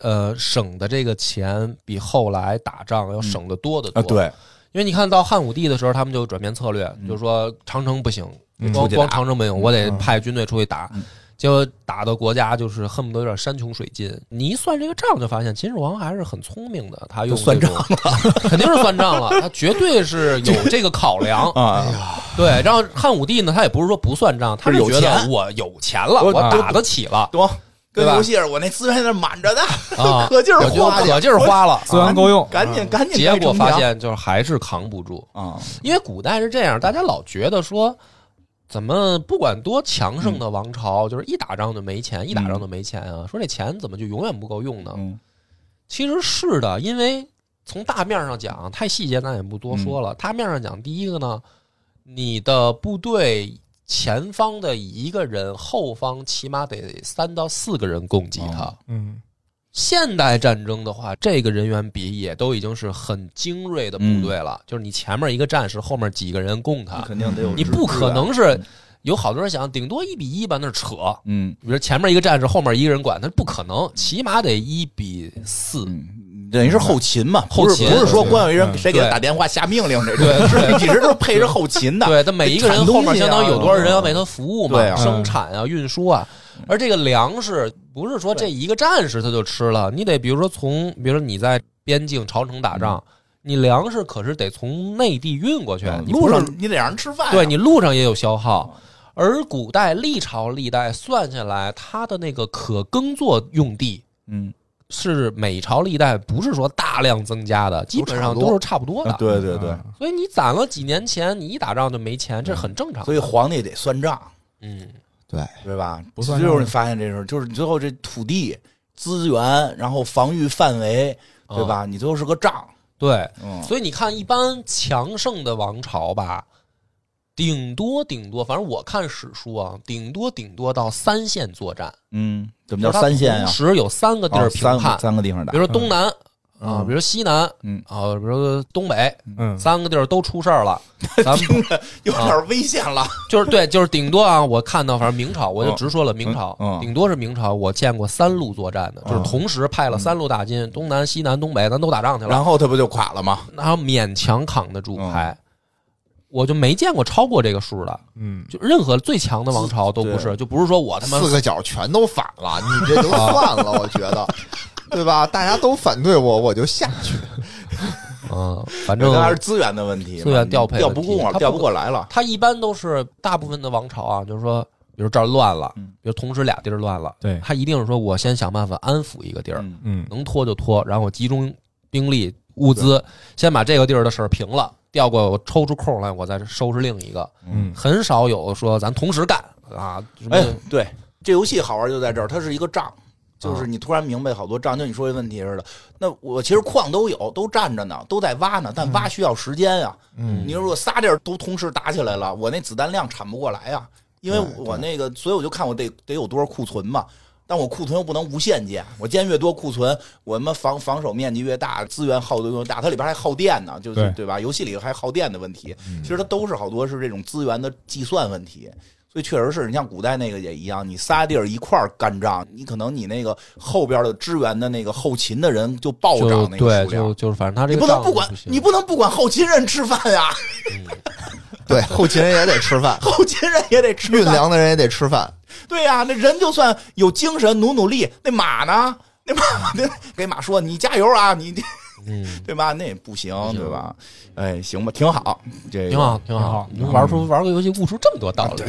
呃，省的这个钱比后来打仗要省得多得多。
啊，，对，
因为你看到汉武帝的时候，他们就转变策略，
嗯
就是说长城不行，
嗯
光
出去打
光长城不行，我得派军队出去打。
嗯
结果打的国家就是恨不得有点山穷水尽。你一算这个账，就发现秦始皇还是很聪明的，他用
就算
这种， 肯定是算账了，他绝对是有这个考量。
啊，
对，然后汉武帝呢，他也不是说不算账，他
是
是
有
觉得
钱
我有钱了，我
我
打得起 了
多
对
跟
吧
游戏似的，我那资源在那满着呢，
啊，
可劲儿
我就
花去
可劲儿花了。啊
资源够用，
赶紧赶紧
结
盖城
果
墙。
发现就是还是扛不住，
啊，
因为古代是这样，大家老觉得说，怎么不管多强盛
嗯
的王朝，就是一打仗就没钱，一打仗就没钱啊？说这钱怎么就永远不够用呢？
嗯
其实是的，因为从大面上讲，太细节咱也不多说了。大面上讲，第一个呢，你的部队前方的一个人，后方起码得三到四个人供给他。
哦
嗯
现代战争的话，这个人员比也都已经是很精锐的部队了，就是你前面一个战士，后面几个人供他，
嗯肯定得有
嗯你
知
不可，能
知
是
道。
有好多人想，顶多一比一吧，那是扯。
嗯。
比如前面一个战士，后面一个人管，那不可能，起码得一比四。
嗯，等于是后勤嘛，
后
不是
勤
不是说
对
光有一人
嗯
谁给他
对
打电话下命令这种，
对
是一直都配着后勤的。
对，但每一个
产
人
东
后面
西啊
相当于有多少人要为他服务嘛？
对啊嗯
生产啊，运输啊。而这个粮食不是说这一个战士他就吃了，你得比如说从，比如说你在边境朝城打仗，
嗯
你粮食可是得从内地运过去，你不
路
是
上嗯你得让人吃饭啊。
对你路上也有消耗。而古代历朝历代算下来，它的那个可耕作用地
嗯，
是每朝历代不是说大量增加的，基本上都是差不多的。
嗯对对对，
啊
所以你攒了几年钱，你一打仗就没钱，这很正常。
所以皇帝得算账，
嗯，
对，
对吧？
不算账
就是你发现这事儿，就是你最后这土地资源，然后防御范围，对
哦
吧？你最后是个账。
对，
嗯，
所以你看，一般强盛的王朝吧，顶多顶多，反正我看史书啊，顶多顶多到三线作战，
嗯，怎么
就
叫
是它
三线呀
同？时有三个地儿
哦
评
三
判
个，三个地方打
比如，说东南啊，
嗯
比如说西南，
嗯
啊，比如说东北，
嗯，
三个地儿都出事儿 了，咱们
有
啊
点危险了。
就是对，就是顶多啊，我看到反正明朝，我就直说了明朝，
嗯嗯哦
顶多是明朝，我见过三路作战的，就是同时派了三路大
嗯
军，东南、西南、东北，咱都打仗去了，
然后他不就垮了吗？
然后勉强扛得住牌。我就没见过超过这个数的，
嗯，
就任何最强的王朝都不是，就不是说我他妈
四个角全都反了，你这就算了，我觉得，对吧？大家都反对我，我就下去。
嗯，反
这
正
还是资源的问题嘛，
资源调配
调
问
不
题
过
它不
调不过来了。
他一般都是大部分的王朝啊，就是说，比如这儿乱了，
嗯
比如同时俩地儿乱了，
对
他一定是说我先想办法安抚一个地儿，
嗯
嗯，
能拖就拖，然后我集中兵力物资，先把这个地儿的事儿平了，调过来我抽出空来，我再收拾另一个。
嗯
很少有说咱同时干啊，什么
哎，对，这游戏好玩就在这儿，它是一个账，就是你突然明白好多账，就你说这问题似的。那我其实矿都有，都站着呢，都在挖呢，但挖需要时间呀、
嗯
你说我仨地儿都同时打起来了，我那子弹量产不过来呀、啊因为
对
我那个，所以我就看我得得有多少库存嘛。但我库存又不能无限建，我建越多库存，我们防防守面积越大，资源耗得越大，它里边还耗电呢，就是
对
对吧？游戏里还耗电的问题，其实它都是好多是这种资源的计算问题。所以确实是你像古代那个也一样，你仨地儿一块儿干仗，你可能你那个后边的支援的那个后勤的人就暴
就
涨那个
对，
数量，
就就是反正他这
你
个
不能
仗
不管
就行
你不能不管后勤人吃饭呀，，
对，后勤人也得吃饭
后勤人也得吃
运
饭。
粮的人也得吃饭。
对呀、那人就算有精神，努努力，那马呢？那马那给马说你加油啊，你你
嗯，
对吧？那也不行，
行
对吧？哎，行吧，挺好，这个
挺好挺
挺
好
好，
能玩出玩个游戏悟出这么多道理。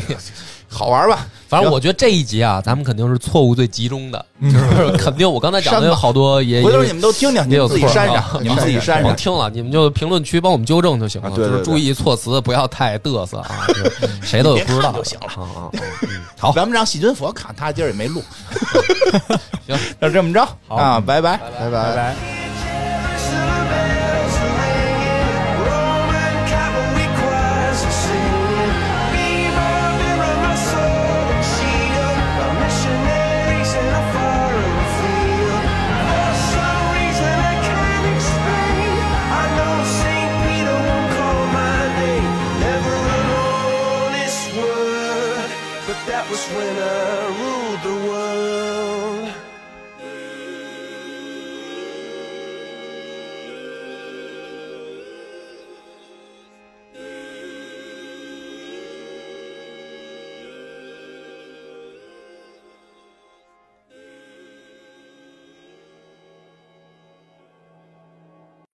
好玩吧？
反正我觉得这一集啊，咱们肯定是错误最集中的，就是 肯定我刚才讲的有好多也
嗯回头你
也
们都听听，你
也有
们自己
错
删
啊
上，你们自己 删
我
上。
听了，你们就评论区帮我们纠正就行了，
啊对对嗯
就是注意措辞，不要太嘚瑟啊，就是谁都有不知道
你别看
的
就行了
啊啊啊！
好，咱们让细 菌佛看，他今儿也没录。
行，
那这么着
好
啊，拜拜。
拜
拜
拜
拜。